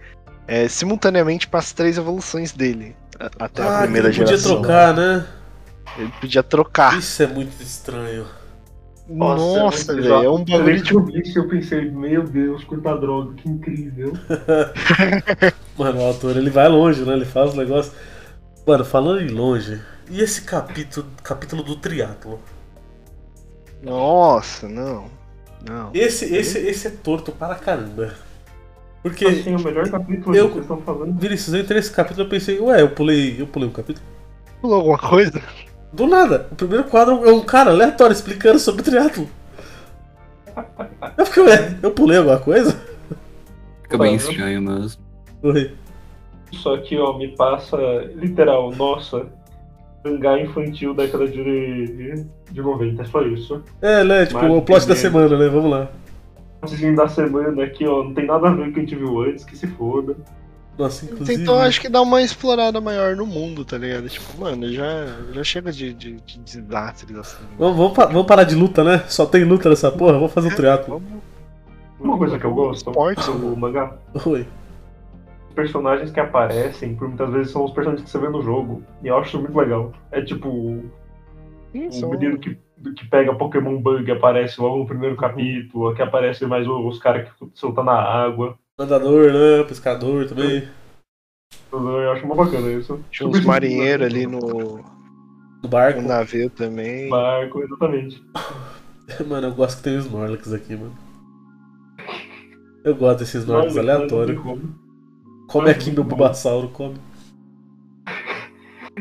[SPEAKER 4] é, simultaneamente para as três evoluções dele. a- Até a
[SPEAKER 3] que
[SPEAKER 4] tá, primeira
[SPEAKER 3] ele Ah, podia
[SPEAKER 4] geração. Ah.
[SPEAKER 3] trocar, né?
[SPEAKER 4] Ele podia trocar.
[SPEAKER 3] Isso é muito estranho.
[SPEAKER 4] Nossa,
[SPEAKER 2] é muito
[SPEAKER 4] velho, é
[SPEAKER 2] bizarro.
[SPEAKER 4] um
[SPEAKER 2] Eu
[SPEAKER 4] bagulho
[SPEAKER 2] lembro
[SPEAKER 4] de
[SPEAKER 2] que eu vi isso e eu pensei, meu Deus, quanta droga, que incrível.
[SPEAKER 3] Mano, o autor ele vai longe, né? Ele faz os negócios. Mano, falando em longe, e esse capítulo, capítulo do triatlo?
[SPEAKER 4] Nossa, não. Não.
[SPEAKER 3] Esse, esse, esse é torto para caramba. Porque,
[SPEAKER 2] Assim, o melhor capítulo
[SPEAKER 3] eu-
[SPEAKER 2] que vocês estão falando.
[SPEAKER 3] Vinicius, eu entrei nesse capítulo e eu pensei, ué, eu pulei, eu pulei um capítulo.
[SPEAKER 4] Pulou alguma coisa?
[SPEAKER 3] Do nada, o primeiro quadro é um cara aleatório explicando sobre triatlo. Eu fiquei, ué, eu pulei alguma coisa?
[SPEAKER 5] Fica bem
[SPEAKER 2] Uhum.
[SPEAKER 5] estranho mesmo.
[SPEAKER 3] Oi.
[SPEAKER 2] Só que, ó, me passa, literal, nossa, mangá infantil década de, de 90, é só isso.
[SPEAKER 3] É, né, tipo,
[SPEAKER 2] Mas
[SPEAKER 3] o plot da
[SPEAKER 2] primeiro.
[SPEAKER 3] semana, né, vamos lá.
[SPEAKER 2] Antes da semana aqui, ó, não tem nada a ver com o que a gente viu antes, que se foda.
[SPEAKER 3] Nossa, inclusive... né,
[SPEAKER 4] Então acho que dá uma explorada maior no mundo, tá ligado? Tipo, mano, já, já chega de, de, de desastres assim.
[SPEAKER 3] Vamos, vamos, pa- vamos parar de luta, né? Só tem luta nessa porra, vamos fazer um triatlo.
[SPEAKER 4] Vamos.
[SPEAKER 2] Uma coisa que eu gosto
[SPEAKER 4] Esportes,
[SPEAKER 2] do mangá,
[SPEAKER 3] Oi.
[SPEAKER 2] os personagens que aparecem, por muitas vezes, são os personagens que você vê no jogo. E eu acho muito legal. É tipo, o
[SPEAKER 4] Sim, um são-
[SPEAKER 2] menino que, que pega Pokémon Bug aparece logo no primeiro capítulo, que aparece mais os caras que soltam na água.
[SPEAKER 3] Nadador, né? Pescador também.
[SPEAKER 2] Eu acho muito bacana isso.
[SPEAKER 4] Tinha uns marinheiros ali no,
[SPEAKER 3] Do
[SPEAKER 4] no
[SPEAKER 3] barco.
[SPEAKER 4] navio também.
[SPEAKER 2] Barco, exatamente.
[SPEAKER 3] Mano, eu gosto que tem os Snorlax aqui, mano. Eu gosto desses Snorlax
[SPEAKER 2] Mas,
[SPEAKER 3] aleatórios.
[SPEAKER 2] mas não tem como.
[SPEAKER 3] Come aqui meu Bulbasauro, come.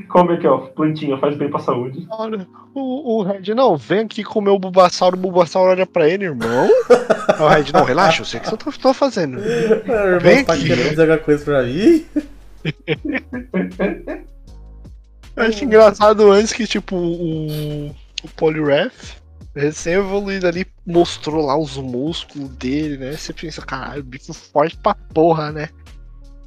[SPEAKER 2] Come aqui, ó. Plantinha, faz bem pra saúde.
[SPEAKER 4] Olha, o, o Red, não, vem aqui comer o Bulbasauro, o Bulbasauro olha pra ele, irmão. Aí o Red, não, relaxa, eu sei o que eu tô, tô fazendo.
[SPEAKER 3] Meu irmão
[SPEAKER 4] Vem
[SPEAKER 3] tá
[SPEAKER 4] aqui.
[SPEAKER 3] querendo dizer alguma coisa pra mim.
[SPEAKER 4] Eu acho engraçado antes que, tipo, o, o Poliwrath, recém-evoluído ali, mostrou lá os músculos dele, né? Você pensa, caralho, bicho forte pra porra, né?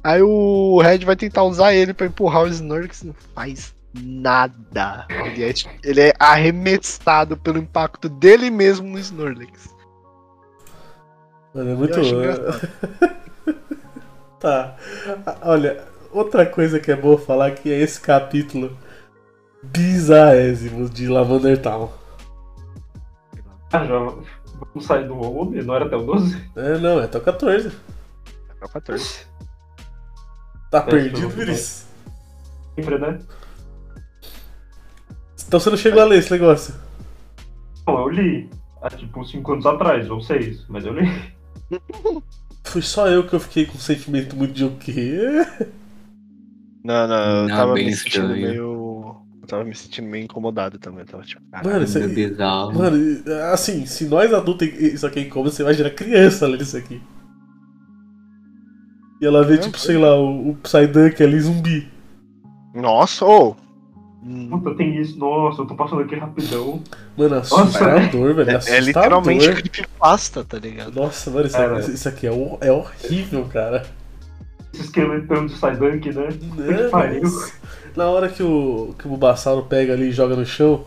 [SPEAKER 4] Aí o Red vai tentar usar ele pra empurrar o Snorlax, não faz nada. Ele é, ele é arremessado pelo impacto dele mesmo no Snorlax.
[SPEAKER 3] Mano, é
[SPEAKER 4] Eu
[SPEAKER 3] muito.
[SPEAKER 4] acho engraçado.
[SPEAKER 3] Tá. Ah, Olha, outra coisa que é boa falar que é esse capítulo bizarrésimo de Lavander Town.
[SPEAKER 2] Ah, já. Vamos sair do volume, não era até o 12?
[SPEAKER 3] É, não, é até o 14.
[SPEAKER 4] É o 14.
[SPEAKER 3] Tá
[SPEAKER 2] É,
[SPEAKER 3] perdido,
[SPEAKER 2] não,
[SPEAKER 3] Vinícius.
[SPEAKER 2] Sempre, né?
[SPEAKER 3] Então você não chegou a ler esse negócio.
[SPEAKER 2] Não, eu li. Há tipo 5 anos atrás, ou 6, mas eu li.
[SPEAKER 3] Foi só eu que eu fiquei com um sentimento muito de o quê?
[SPEAKER 4] Não, não, eu
[SPEAKER 5] Não,
[SPEAKER 4] tava
[SPEAKER 5] bem
[SPEAKER 4] me sentindo
[SPEAKER 5] estranho.
[SPEAKER 4] meio. Eu tava me sentindo meio incomodado também. Eu tava tipo, caralho.
[SPEAKER 3] Mano, isso
[SPEAKER 5] Ainda
[SPEAKER 3] aí.
[SPEAKER 5] É bizarro.
[SPEAKER 3] Mano, assim, se nós adultos isso aqui em coma, você imagina criança lendo isso aqui. E ela vê,
[SPEAKER 4] É,
[SPEAKER 3] tipo,
[SPEAKER 4] foi.
[SPEAKER 3] sei lá, o, o Psyduck ali zumbi.
[SPEAKER 4] Nossa, ô! Hum,
[SPEAKER 2] Puta, tem isso. Nossa, eu tô passando aqui rapidão.
[SPEAKER 3] Mano, assustador, velho.
[SPEAKER 4] É, é
[SPEAKER 3] assustador.
[SPEAKER 4] literalmente creepypasta, tá ligado?
[SPEAKER 3] Nossa, mano, isso,
[SPEAKER 2] Cara.
[SPEAKER 3] isso aqui é, hor- é horrível, cara.
[SPEAKER 2] Esse esqueletão de Psyduck, né?
[SPEAKER 3] Né,
[SPEAKER 2] pariu.
[SPEAKER 3] nossa. Na hora que o, que o Bulbasauro pega ali e joga no chão,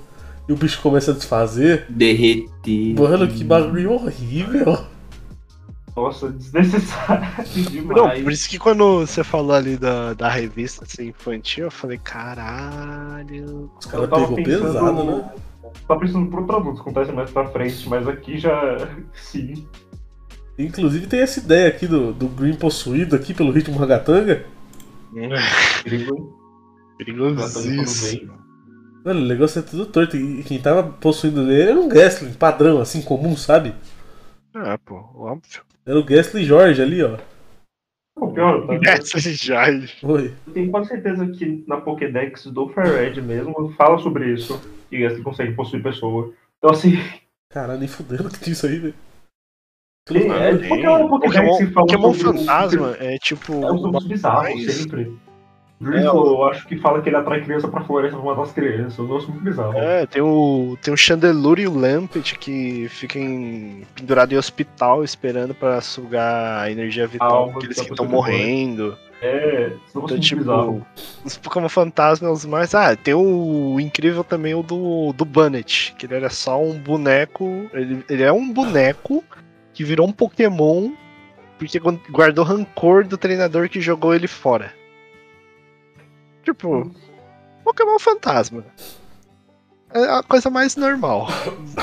[SPEAKER 3] e o bicho começa a desfazer,
[SPEAKER 5] Derretido.
[SPEAKER 3] mano, que bagulho horrível.
[SPEAKER 2] Nossa, desnecessário
[SPEAKER 4] Não,
[SPEAKER 2] demais.
[SPEAKER 4] por isso que quando você falou ali da, da revista assim, infantil, eu falei, caralho.
[SPEAKER 3] Os
[SPEAKER 2] Eu
[SPEAKER 3] caras
[SPEAKER 2] tava
[SPEAKER 3] pegou
[SPEAKER 2] pensando.
[SPEAKER 3] pesado, né?
[SPEAKER 2] Tava pensando pro outro adulto, acontece mais pra frente, mas aqui já. Sim.
[SPEAKER 3] Inclusive tem essa ideia aqui do, do Green possuído aqui pelo ritmo ragatanga.
[SPEAKER 4] É,
[SPEAKER 2] perigo.
[SPEAKER 4] Perigosíssimo.
[SPEAKER 3] Mano, o negócio é tudo torto. E quem tava possuindo ele era um Gastly padrão, assim, comum, sabe?
[SPEAKER 4] É, pô, óbvio.
[SPEAKER 3] Era o Gastly Jorge ali, ó.
[SPEAKER 2] Não, pior, tá?
[SPEAKER 4] Essa já.
[SPEAKER 3] Oi.
[SPEAKER 2] Eu tenho quase certeza que na Pokédex do Firered mesmo fala sobre isso. E assim consegue possuir pessoa. Então assim,
[SPEAKER 3] Caralho, nem fudendo que tinha isso aí, né? velho.
[SPEAKER 2] Sim, é,
[SPEAKER 3] Mano,
[SPEAKER 2] tipo aquela Pokédex que
[SPEAKER 4] Pokémon,
[SPEAKER 2] fala
[SPEAKER 4] Pokémon
[SPEAKER 2] sobre o-
[SPEAKER 4] Fantasma é tipo.
[SPEAKER 2] É um dos bizarros
[SPEAKER 4] Mas-
[SPEAKER 2] sempre. Drizzle, eu acho que fala que ele atrai criança pra floresta pra matar as crianças. Eu gosto muito bizarro.
[SPEAKER 4] É, tem o, tem o Chandelure e o Lampet que ficam pendurados em hospital esperando pra sugar a energia vital,
[SPEAKER 2] alma
[SPEAKER 4] porque eles
[SPEAKER 2] da
[SPEAKER 4] que estão
[SPEAKER 2] pessoa que morre.
[SPEAKER 4] morrendo.
[SPEAKER 2] É, isso eu gosto
[SPEAKER 4] Então,
[SPEAKER 2] muito
[SPEAKER 4] tipo,
[SPEAKER 2] bizarro.
[SPEAKER 4] os Pokémon Fantasma é os mais. Ah, tem o incrível também o do, do Bunnet, que ele era só um boneco. Ele, ele é um boneco que virou um Pokémon porque gu- guardou rancor do treinador que jogou ele fora.
[SPEAKER 3] Hum.
[SPEAKER 4] Tipo, Pokémon Fantasma. É a coisa mais normal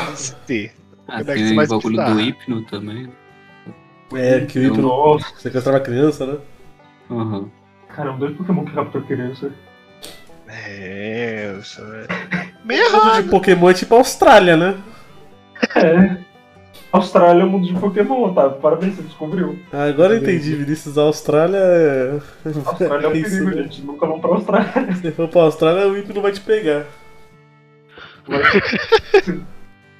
[SPEAKER 4] de se ter.
[SPEAKER 5] Ah,
[SPEAKER 4] Pokédex
[SPEAKER 5] tem o
[SPEAKER 4] mais
[SPEAKER 5] bagulho
[SPEAKER 4] bizarro.
[SPEAKER 5] do hipno também.
[SPEAKER 3] É, que o Hipno
[SPEAKER 2] Nossa,
[SPEAKER 3] sequestrava criança, né?
[SPEAKER 5] Aham.
[SPEAKER 2] caramba, dois Pokémon que raptou criança.
[SPEAKER 4] É, isso é.
[SPEAKER 3] O de Pokémon é tipo a Austrália, né?
[SPEAKER 2] É. Austrália é o mundo de Pokémon, Otávio. Parabéns, você descobriu.
[SPEAKER 3] Ah, agora eu entendi, Vinícius. A Austrália é.
[SPEAKER 2] Austrália é um
[SPEAKER 3] Isso,
[SPEAKER 2] perigo,
[SPEAKER 3] né?
[SPEAKER 2] gente. Nunca vão pra Austrália.
[SPEAKER 3] Se você for pra Austrália, o Imp não vai te pegar.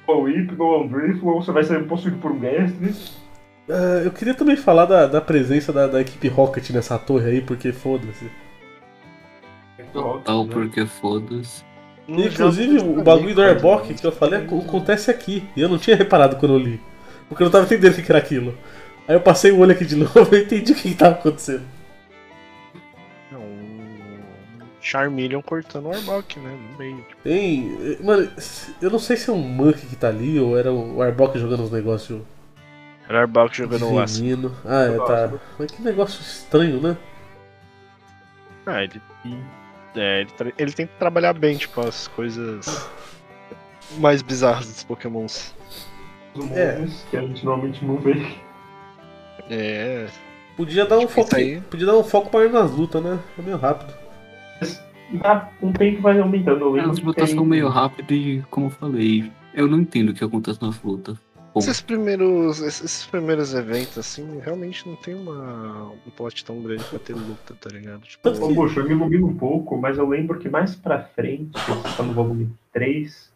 [SPEAKER 2] Ou Ip, ou Andriflo, ou é um você vai ser possuído por um mestre.
[SPEAKER 3] Ah, eu queria também falar da, da presença da, da equipe Rocket nessa torre aí, porque foda-se.
[SPEAKER 2] né?
[SPEAKER 5] Total, porque foda-se.
[SPEAKER 3] Inclusive, o bagulho do Airbok que eu falei é ac- acontece aqui. E eu não tinha reparado quando eu li. Porque eu não tava entendendo o que que era aquilo. Aí eu passei o olho aqui de novo e entendi o que, que tava acontecendo.
[SPEAKER 4] Não, o Charmeleon cortando o Arbok, né? No meio. Tipo,
[SPEAKER 3] Tem. eh, Mano, eu não sei se é um Monkey que tá ali ou era o Arbok jogando os negócios
[SPEAKER 4] era o Arbok jogando um o ácido.
[SPEAKER 3] veneno. Ah, é,
[SPEAKER 4] um
[SPEAKER 2] Eu
[SPEAKER 3] tá.
[SPEAKER 2] gosto.
[SPEAKER 3] Mas que negócio estranho, né?
[SPEAKER 4] Ah, ele. É, ele, tra- ele tem que trabalhar bem, tipo, as coisas mais bizarras dos pokémons.
[SPEAKER 2] Os
[SPEAKER 3] É.
[SPEAKER 2] humanos, um que a gente normalmente não vê.
[SPEAKER 4] É.
[SPEAKER 3] Podia dar um
[SPEAKER 4] Acho que
[SPEAKER 3] foco.
[SPEAKER 4] isso aí-
[SPEAKER 3] Podia dar um foco maior nas lutas, né? É meio rápido.
[SPEAKER 2] Tá, um tempo vai aumentando. Eu lembro
[SPEAKER 5] As
[SPEAKER 2] que
[SPEAKER 5] lutas
[SPEAKER 2] tem-
[SPEAKER 5] são meio rápidas e, como eu falei, eu não entendo o que acontece nas lutas. Bom,
[SPEAKER 4] Esses primeiros, esses primeiros eventos, assim, realmente não tem uma, um plot tão grande pra ter luta, tá ligado? Tipo,
[SPEAKER 3] Tanto
[SPEAKER 2] Ô, Poxa, eu me ilumino um pouco, mas eu lembro que mais pra frente, tá no volume 3,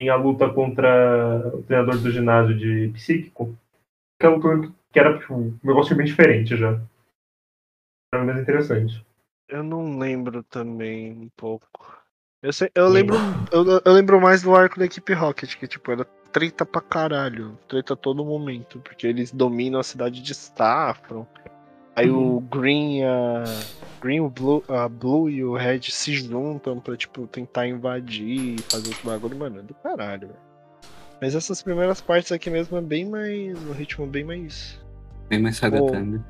[SPEAKER 2] tem a luta contra o treinador do ginásio de psíquico, que é uma luta que era tipo, um negócio bem diferente já. Era mais interessante.
[SPEAKER 4] eu não lembro também um pouco. Eu, sei, eu lembro eu, eu lembro mais do arco da equipe Rocket, que tipo, era treta pra caralho, treta a todo momento, porque eles dominam a cidade de Staffron. Aí o Green, a Green, o Blue, a Blue e o Red se juntam pra tipo tentar invadir, fazer os bagulho, mano, é do caralho, velho. Mas essas primeiras partes aqui mesmo é bem mais, um ritmo bem mais
[SPEAKER 5] Bem
[SPEAKER 4] Bom.
[SPEAKER 5] mais sagatanga.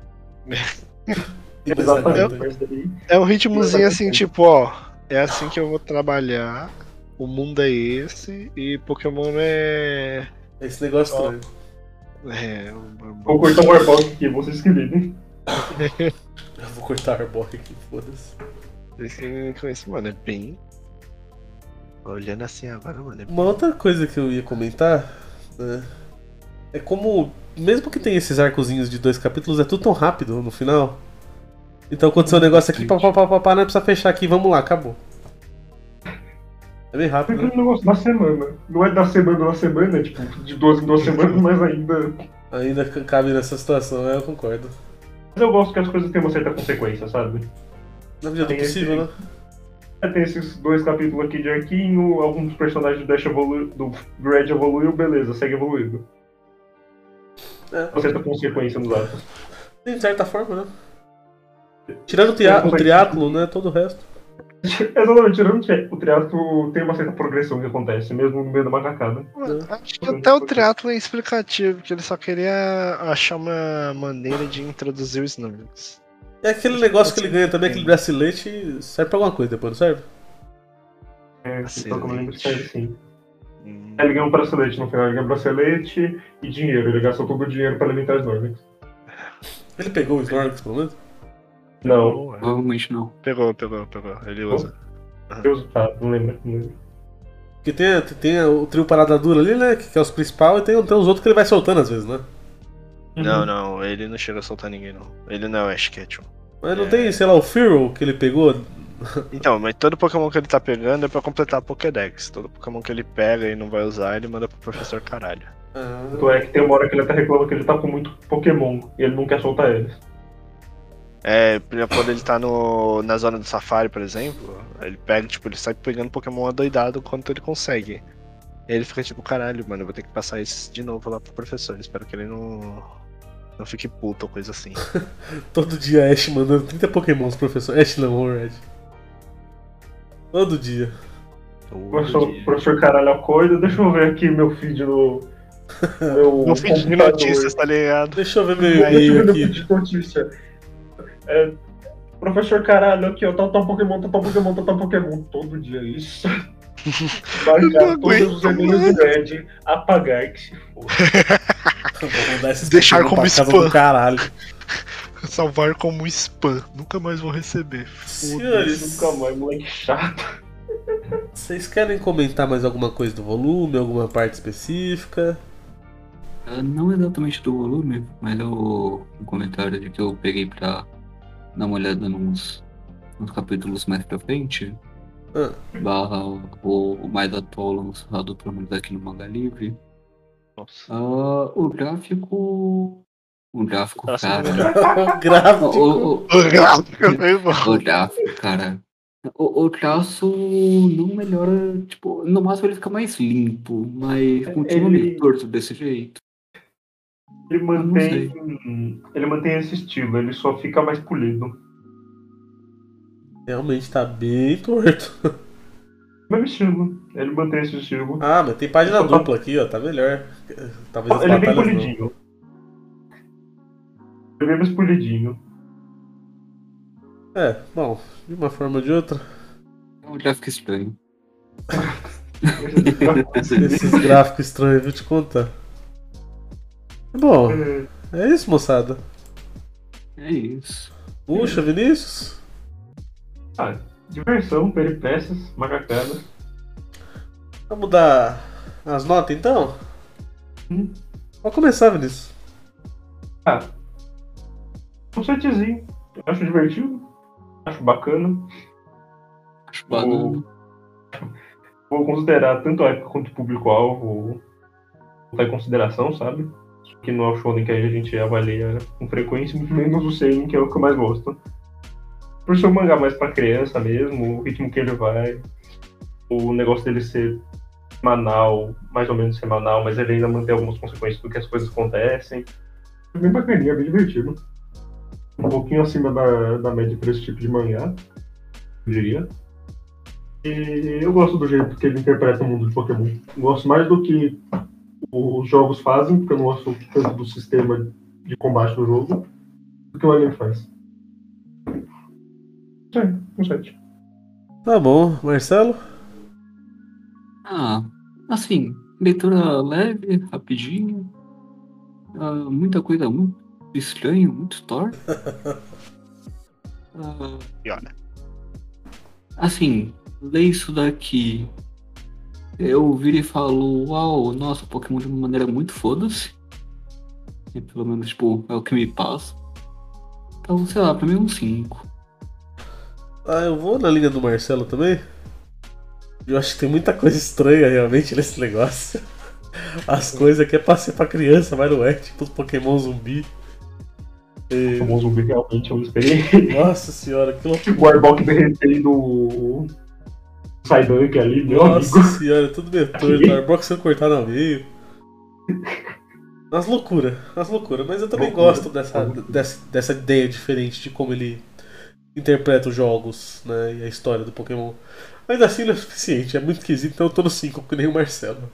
[SPEAKER 4] Exatamente.
[SPEAKER 2] Mas daí-
[SPEAKER 4] É um ritmozinho assim, tipo, ó, é assim que eu vou trabalhar. O mundo é esse e Pokémon é.
[SPEAKER 3] Esse negócio estranho.
[SPEAKER 4] É. um-
[SPEAKER 2] Vou cortar o Warbox aqui, vocês que lidem.
[SPEAKER 3] Eu vou cortar a Arbok aqui, foda-se.
[SPEAKER 4] Esse, esse, mano, é bem. Olhando assim agora, mano, é bem.
[SPEAKER 3] Uma outra coisa que eu ia comentar né, é como, mesmo que tenha esses arcozinhos de dois capítulos, é tudo tão rápido no final. Então aconteceu um negócio aqui, pá, pá, pá, pá, pá, não precisa fechar aqui, vamos lá, acabou. É bem
[SPEAKER 2] Foi
[SPEAKER 3] rápido, né?
[SPEAKER 2] aquele Tá um negócio da semana. Não é da semana na semana, é, tipo, de duas em duas semanas, mas ainda.
[SPEAKER 3] Ainda c- cabe nessa situação, é, eu concordo.
[SPEAKER 2] Mas eu gosto que as coisas tenham uma certa consequência, sabe?
[SPEAKER 3] Na medida do
[SPEAKER 2] Tem esse-
[SPEAKER 3] possível, né?
[SPEAKER 2] É, Tem esses dois capítulos aqui de arquinho, alguns personagens do Dash evolu do Red evoluiu, beleza, segue evoluindo.
[SPEAKER 3] É,
[SPEAKER 2] Você tá consequência nos atos.
[SPEAKER 3] de certa forma, né? Tirando o, tria- o triatlo, né? Todo o resto.
[SPEAKER 2] Exatamente, tirando que o triatlo tem uma certa progressão que acontece, mesmo no meio da macacada.
[SPEAKER 4] Mano, Acho que até o triatlo é explicativo, que ele só queria achar uma maneira de introduzir os números.
[SPEAKER 3] É aquele negócio que ele ganha também, aquele bracelete, serve pra alguma coisa depois, não serve?
[SPEAKER 2] É, então, como eu lembro,
[SPEAKER 4] Excelente.
[SPEAKER 2] serve sim. Aí Ele ganha um bracelete no final, ele ganha um bracelete e dinheiro, ele gastou todo o dinheiro pra alimentar as normas.
[SPEAKER 3] Ele pegou o Snorlax, pelo menos?
[SPEAKER 2] Não,
[SPEAKER 5] Provavelmente não.
[SPEAKER 4] Pegou, pegou, pegou. Ele usa.
[SPEAKER 2] Deus, tá, não lembro. Não lembro.
[SPEAKER 3] Porque tem, tem o trio Parada Dura ali, né? Que, que é os principal, e tem, tem os outros que ele vai soltando às vezes, né?
[SPEAKER 2] Uhum.
[SPEAKER 4] Não, não, ele não chega a soltar ninguém, não. Ele não é o Ash Ketchum.
[SPEAKER 3] Mas não tem, sei lá, o Fearow que ele pegou?
[SPEAKER 4] Então, mas todo Pokémon que ele tá pegando é pra completar a Pokédex. Todo Pokémon que ele pega e não vai usar, ele manda pro professor caralho. Ah.
[SPEAKER 2] Tanto é que tem uma hora que ele até reclama que ele tá com muito Pokémon e ele não quer soltar eles.
[SPEAKER 4] É, pra- quando ele tá no, na zona do safari, por exemplo, ele pega, tipo, ele sai pegando Pokémon adoidado quanto ele consegue. E ele fica tipo, caralho, mano, eu vou ter que passar isso de novo lá pro professor. Espero que ele não. Não fique puto ou coisa assim.
[SPEAKER 3] Todo dia Ash mandando 30 pokémons, professor. Ash não, o Red. Todo dia.
[SPEAKER 2] O
[SPEAKER 4] Todo
[SPEAKER 2] professor,
[SPEAKER 4] dia.
[SPEAKER 2] professor caralho acorda, deixa eu ver aqui meu feed no. Meu,
[SPEAKER 4] Não fique de
[SPEAKER 2] um computador.
[SPEAKER 4] notícias, tá ligado?
[SPEAKER 3] Deixa eu ver meu
[SPEAKER 2] Aí deixa eu
[SPEAKER 3] e-mail
[SPEAKER 2] ver meu
[SPEAKER 3] aqui.
[SPEAKER 2] feed de notícia. É, professor caralho, aqui ó, tal, tal Pokémon, tal, tal Pokémon, tal, tal Pokémon. Todo dia isso. Marcar
[SPEAKER 4] Eu não
[SPEAKER 2] todos os
[SPEAKER 4] aguento
[SPEAKER 2] e-mails do Red, apagar que se for.
[SPEAKER 3] Vou mandar esses
[SPEAKER 4] Deixar
[SPEAKER 3] Pokémon
[SPEAKER 4] como
[SPEAKER 3] pra casa
[SPEAKER 4] spam.
[SPEAKER 3] do caralho.
[SPEAKER 4] Salvar como spam. Nunca mais vou receber.
[SPEAKER 3] Senhores,
[SPEAKER 2] Nunca mais, moleque chato.
[SPEAKER 3] Vocês querem comentar mais alguma coisa do volume, alguma parte específica?
[SPEAKER 5] Ah, Não exatamente do volume, mas eu, um comentário de que eu peguei pra dar uma olhada nos, nos capítulos mais pra frente.
[SPEAKER 3] Ah.
[SPEAKER 5] Barra o, o mais atual lançado pelo menos aqui no Manga Livre.
[SPEAKER 4] Nossa.
[SPEAKER 5] Ah, o gráfico. O gráfico,
[SPEAKER 4] Nossa,
[SPEAKER 5] cara.
[SPEAKER 3] O gráfico.
[SPEAKER 5] O, o-
[SPEAKER 4] Meu irmão.
[SPEAKER 5] o gráfico, cara. O, o traço não melhora, tipo, no máximo ele fica mais limpo, mas continua
[SPEAKER 2] Ele-
[SPEAKER 5] meio torto desse jeito.
[SPEAKER 2] Ele
[SPEAKER 5] não
[SPEAKER 2] mantém, ele mantém esse estilo, ele só fica mais polido.
[SPEAKER 3] Realmente tá bem torto.
[SPEAKER 2] Mesmo estilo, ele mantém esse estilo.
[SPEAKER 3] Ah, mas tem página dupla aqui, ó. Tá melhor. Talvez as
[SPEAKER 2] Ele é bem
[SPEAKER 3] batalhas não.
[SPEAKER 2] polidinho. Ele é bem mais polidinho.
[SPEAKER 3] É, bom, de uma forma ou de outra,
[SPEAKER 5] É um gráfico estranho.
[SPEAKER 3] esses gráficos estranhos, vou te contar. Bom,
[SPEAKER 2] É,
[SPEAKER 3] é isso, moçada.
[SPEAKER 5] É isso.
[SPEAKER 3] Puxa, Vinícius.
[SPEAKER 2] ah, diversão, peripécias, macacadas.
[SPEAKER 3] Vamos dar as notas então?
[SPEAKER 2] Hum.
[SPEAKER 3] Pode começar, Vinícius.
[SPEAKER 2] Ah, um setzinho. Eu acho divertido, acho bacana.
[SPEAKER 5] Acho banana.
[SPEAKER 2] Vou considerar tanto a época quanto o público-alvo, botar em consideração, sabe? Que não é o shonen que a gente avalia com frequência, muito menos o seinen, que é o que eu mais gosto. Por ser um mangá mais pra criança mesmo, o ritmo que ele vai, o negócio dele ser semanal, mais ou menos semanal, mas ele ainda mantém algumas consequências do que as coisas acontecem. É bem bacaninha, bem divertido. Um pouquinho acima da, da média pra esse tipo de mangá, eu diria. E eu gosto do jeito que ele interpreta o mundo de Pokémon. Gosto mais do que os jogos fazem, porque eu não gosto tanto do sistema de combate do jogo, do que o anime faz. É, um sete.
[SPEAKER 3] Tá bom, Marcelo.
[SPEAKER 5] Ah, assim, leitura leve, rapidinho. Ah, muita coisa muito estranha, muito torta. Ah,
[SPEAKER 4] E olha.
[SPEAKER 5] assim, leio isso daqui. Eu viro e falo, uau, nossa, Pokémon de uma maneira muito foda-se. E pelo menos, tipo, é o que me passa. Então, sei lá, pra mim é um 5.
[SPEAKER 3] Ah, eu vou na linha do Marcelo também. Eu acho que tem muita coisa estranha realmente nesse negócio. As coisas que é pra ser pra criança, mas não é, tipo os Pokémon zumbi.
[SPEAKER 2] O famoso zumbi realmente eu esperei.
[SPEAKER 3] Nossa senhora, que loucura.
[SPEAKER 2] O Arbok derretendo o Psyduck ali, meu
[SPEAKER 3] Nossa
[SPEAKER 2] amigo.
[SPEAKER 3] senhora, tudo meio torto. O Arbox sendo cortado ao meio. Nas loucuras, nas loucuras. Mas eu também
[SPEAKER 2] Loucura.
[SPEAKER 3] gosto dessa, dessa, dessa ideia diferente de como ele interpreta os jogos né, e a história do Pokémon. Mas assim não é suficiente, é muito esquisito, então eu tô no 5, que nem o Marcelo.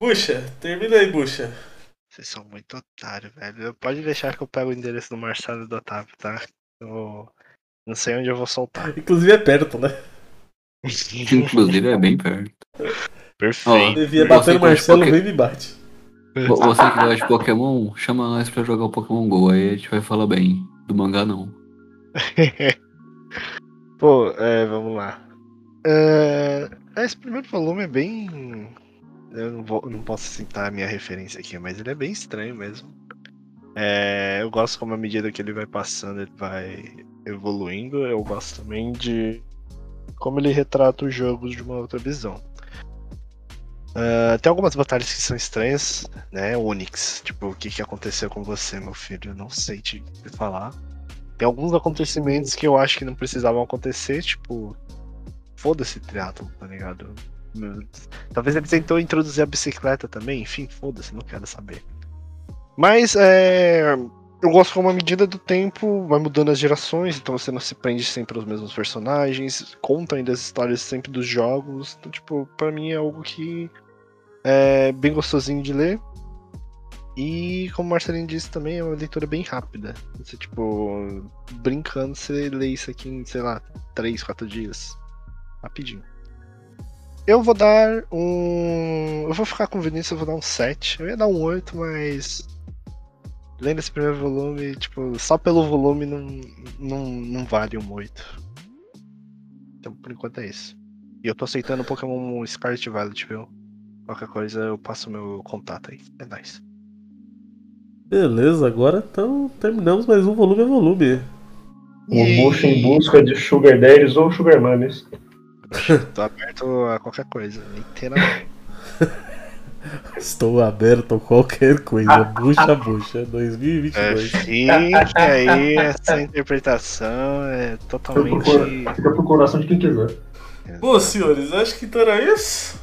[SPEAKER 3] Bucha, termina aí, Bucha.
[SPEAKER 4] Vocês são muito otários, velho. Pode deixar que eu pego o endereço do Marcelo e do Otávio, tá? Eu não sei onde eu vou soltar.
[SPEAKER 3] Inclusive é perto, né?
[SPEAKER 5] Inclusive, é bem perto.
[SPEAKER 4] Perfeito.
[SPEAKER 3] Devia
[SPEAKER 5] Nossa,
[SPEAKER 3] bater no
[SPEAKER 5] então,
[SPEAKER 3] Marcelo,
[SPEAKER 5] tipo,
[SPEAKER 3] vem e me bate.
[SPEAKER 5] Vo- Você que gosta de Pokémon, chama nós pra jogar o Pokémon GO, aí a gente vai falar bem. Do mangá não.
[SPEAKER 4] Pô, é, vamos lá. É, esse primeiro volume é bem. Eu não, vou- não posso citar a minha referência aqui, mas ele é bem estranho mesmo. É, eu gosto como à medida que ele vai passando, ele vai evoluindo. Eu gosto também de como ele retrata os jogos de uma outra visão. Ah, tem algumas batalhas que são estranhas, né? Onix, tipo, o que, que aconteceu com você, meu filho? Eu não sei te falar. Tem alguns acontecimentos que eu acho que não precisavam acontecer, tipo. Foda-se triatlon, tá ligado? Meu- Talvez ele tentou introduzir a bicicleta também, enfim, foda-se, não quero saber. Mas é. Eu gosto como a medida do tempo vai mudando as gerações, então você não se prende sempre aos mesmos personagens, conta ainda as histórias sempre dos jogos. Então, tipo, pra mim é algo que é bem gostosinho de ler. E como o Marcelinho disse também, é uma leitura bem rápida. Você, tipo, brincando, você lê isso aqui em, sei lá, 3, 4 dias. Rapidinho. Eu vou dar um. Eu vou ficar com o Vinícius, eu vou dar um 7. Eu ia dar um 8, mas. Lendo esse primeiro volume, tipo, só pelo volume não, não, não vale um 8. Então, por enquanto é isso. E eu tô aceitando Pokémon Scarlet Violet, viu? Qualquer coisa eu passo meu contato aí. É nóis.
[SPEAKER 3] Beleza, agora então terminamos mais um volume a volume.
[SPEAKER 2] O almoço em busca de Sugar Daddies ou Sugar Mummies.
[SPEAKER 4] Tô aberto a qualquer coisa. Literalmente.
[SPEAKER 3] Estou aberto a qualquer coisa. Bucha, bucha. 2022.
[SPEAKER 4] Fique aí, é essa interpretação é
[SPEAKER 2] Fica pro, cora-
[SPEAKER 4] totalmente.
[SPEAKER 2] fica pro coração de quem quiser.
[SPEAKER 3] Bom, senhores, acho que então era isso.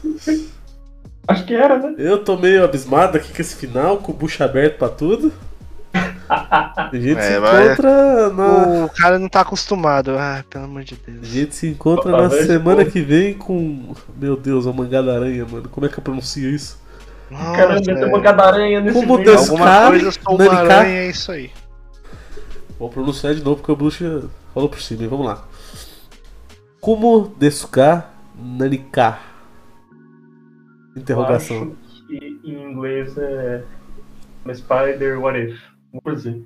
[SPEAKER 2] Acho que era, né?
[SPEAKER 3] Eu tô meio abismado aqui com esse final, com o bucho aberto pra tudo. A gente
[SPEAKER 4] É,
[SPEAKER 3] se
[SPEAKER 4] vai.
[SPEAKER 3] encontra na.
[SPEAKER 4] O cara não tá acostumado. Ah, pelo amor de
[SPEAKER 3] A
[SPEAKER 4] Deus.
[SPEAKER 3] gente se encontra na
[SPEAKER 2] Talvez,
[SPEAKER 3] semana
[SPEAKER 2] pô.
[SPEAKER 3] que vem com. Meu Deus, a mangá da aranha, mano. Como é que eu pronuncio isso?
[SPEAKER 4] Nossa, é.
[SPEAKER 2] Caramba, tem uma cada aranha nesse
[SPEAKER 3] Como
[SPEAKER 2] meio.
[SPEAKER 3] Deus-
[SPEAKER 4] alguma
[SPEAKER 3] Cara,
[SPEAKER 4] coisa sou uma
[SPEAKER 3] Nanica.
[SPEAKER 4] aranha, é isso aí.
[SPEAKER 3] Vou pronunciar de novo porque o bruxo falou por cima, hein? vamos lá. Como desuka nanika?
[SPEAKER 2] Eu
[SPEAKER 3] Interrogação.
[SPEAKER 2] Acho que em inglês é uma Spider What If. Vamos por dizer.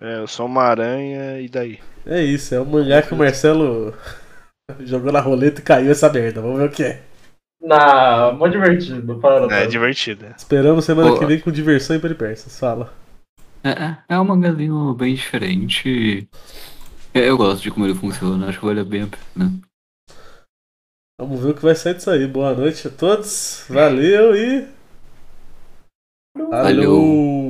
[SPEAKER 4] É, eu sou uma aranha, e daí?
[SPEAKER 3] É isso, é um mangá que o Marcelo jogou na roleta e caiu essa merda. Vamos ver o que é.
[SPEAKER 2] Na, mó divertido, para.
[SPEAKER 4] É
[SPEAKER 2] para.
[SPEAKER 4] divertida.
[SPEAKER 3] Esperamos semana
[SPEAKER 5] Boa.
[SPEAKER 3] que vem com diversão e peripécias. Fala.
[SPEAKER 5] É, é, é um mangazinho bem diferente. É, Eu gosto de como ele funciona, acho que vale bem a pena.
[SPEAKER 3] Vamos ver o que vai sair disso aí. Boa noite a todos. Valeu e.
[SPEAKER 5] Valeu.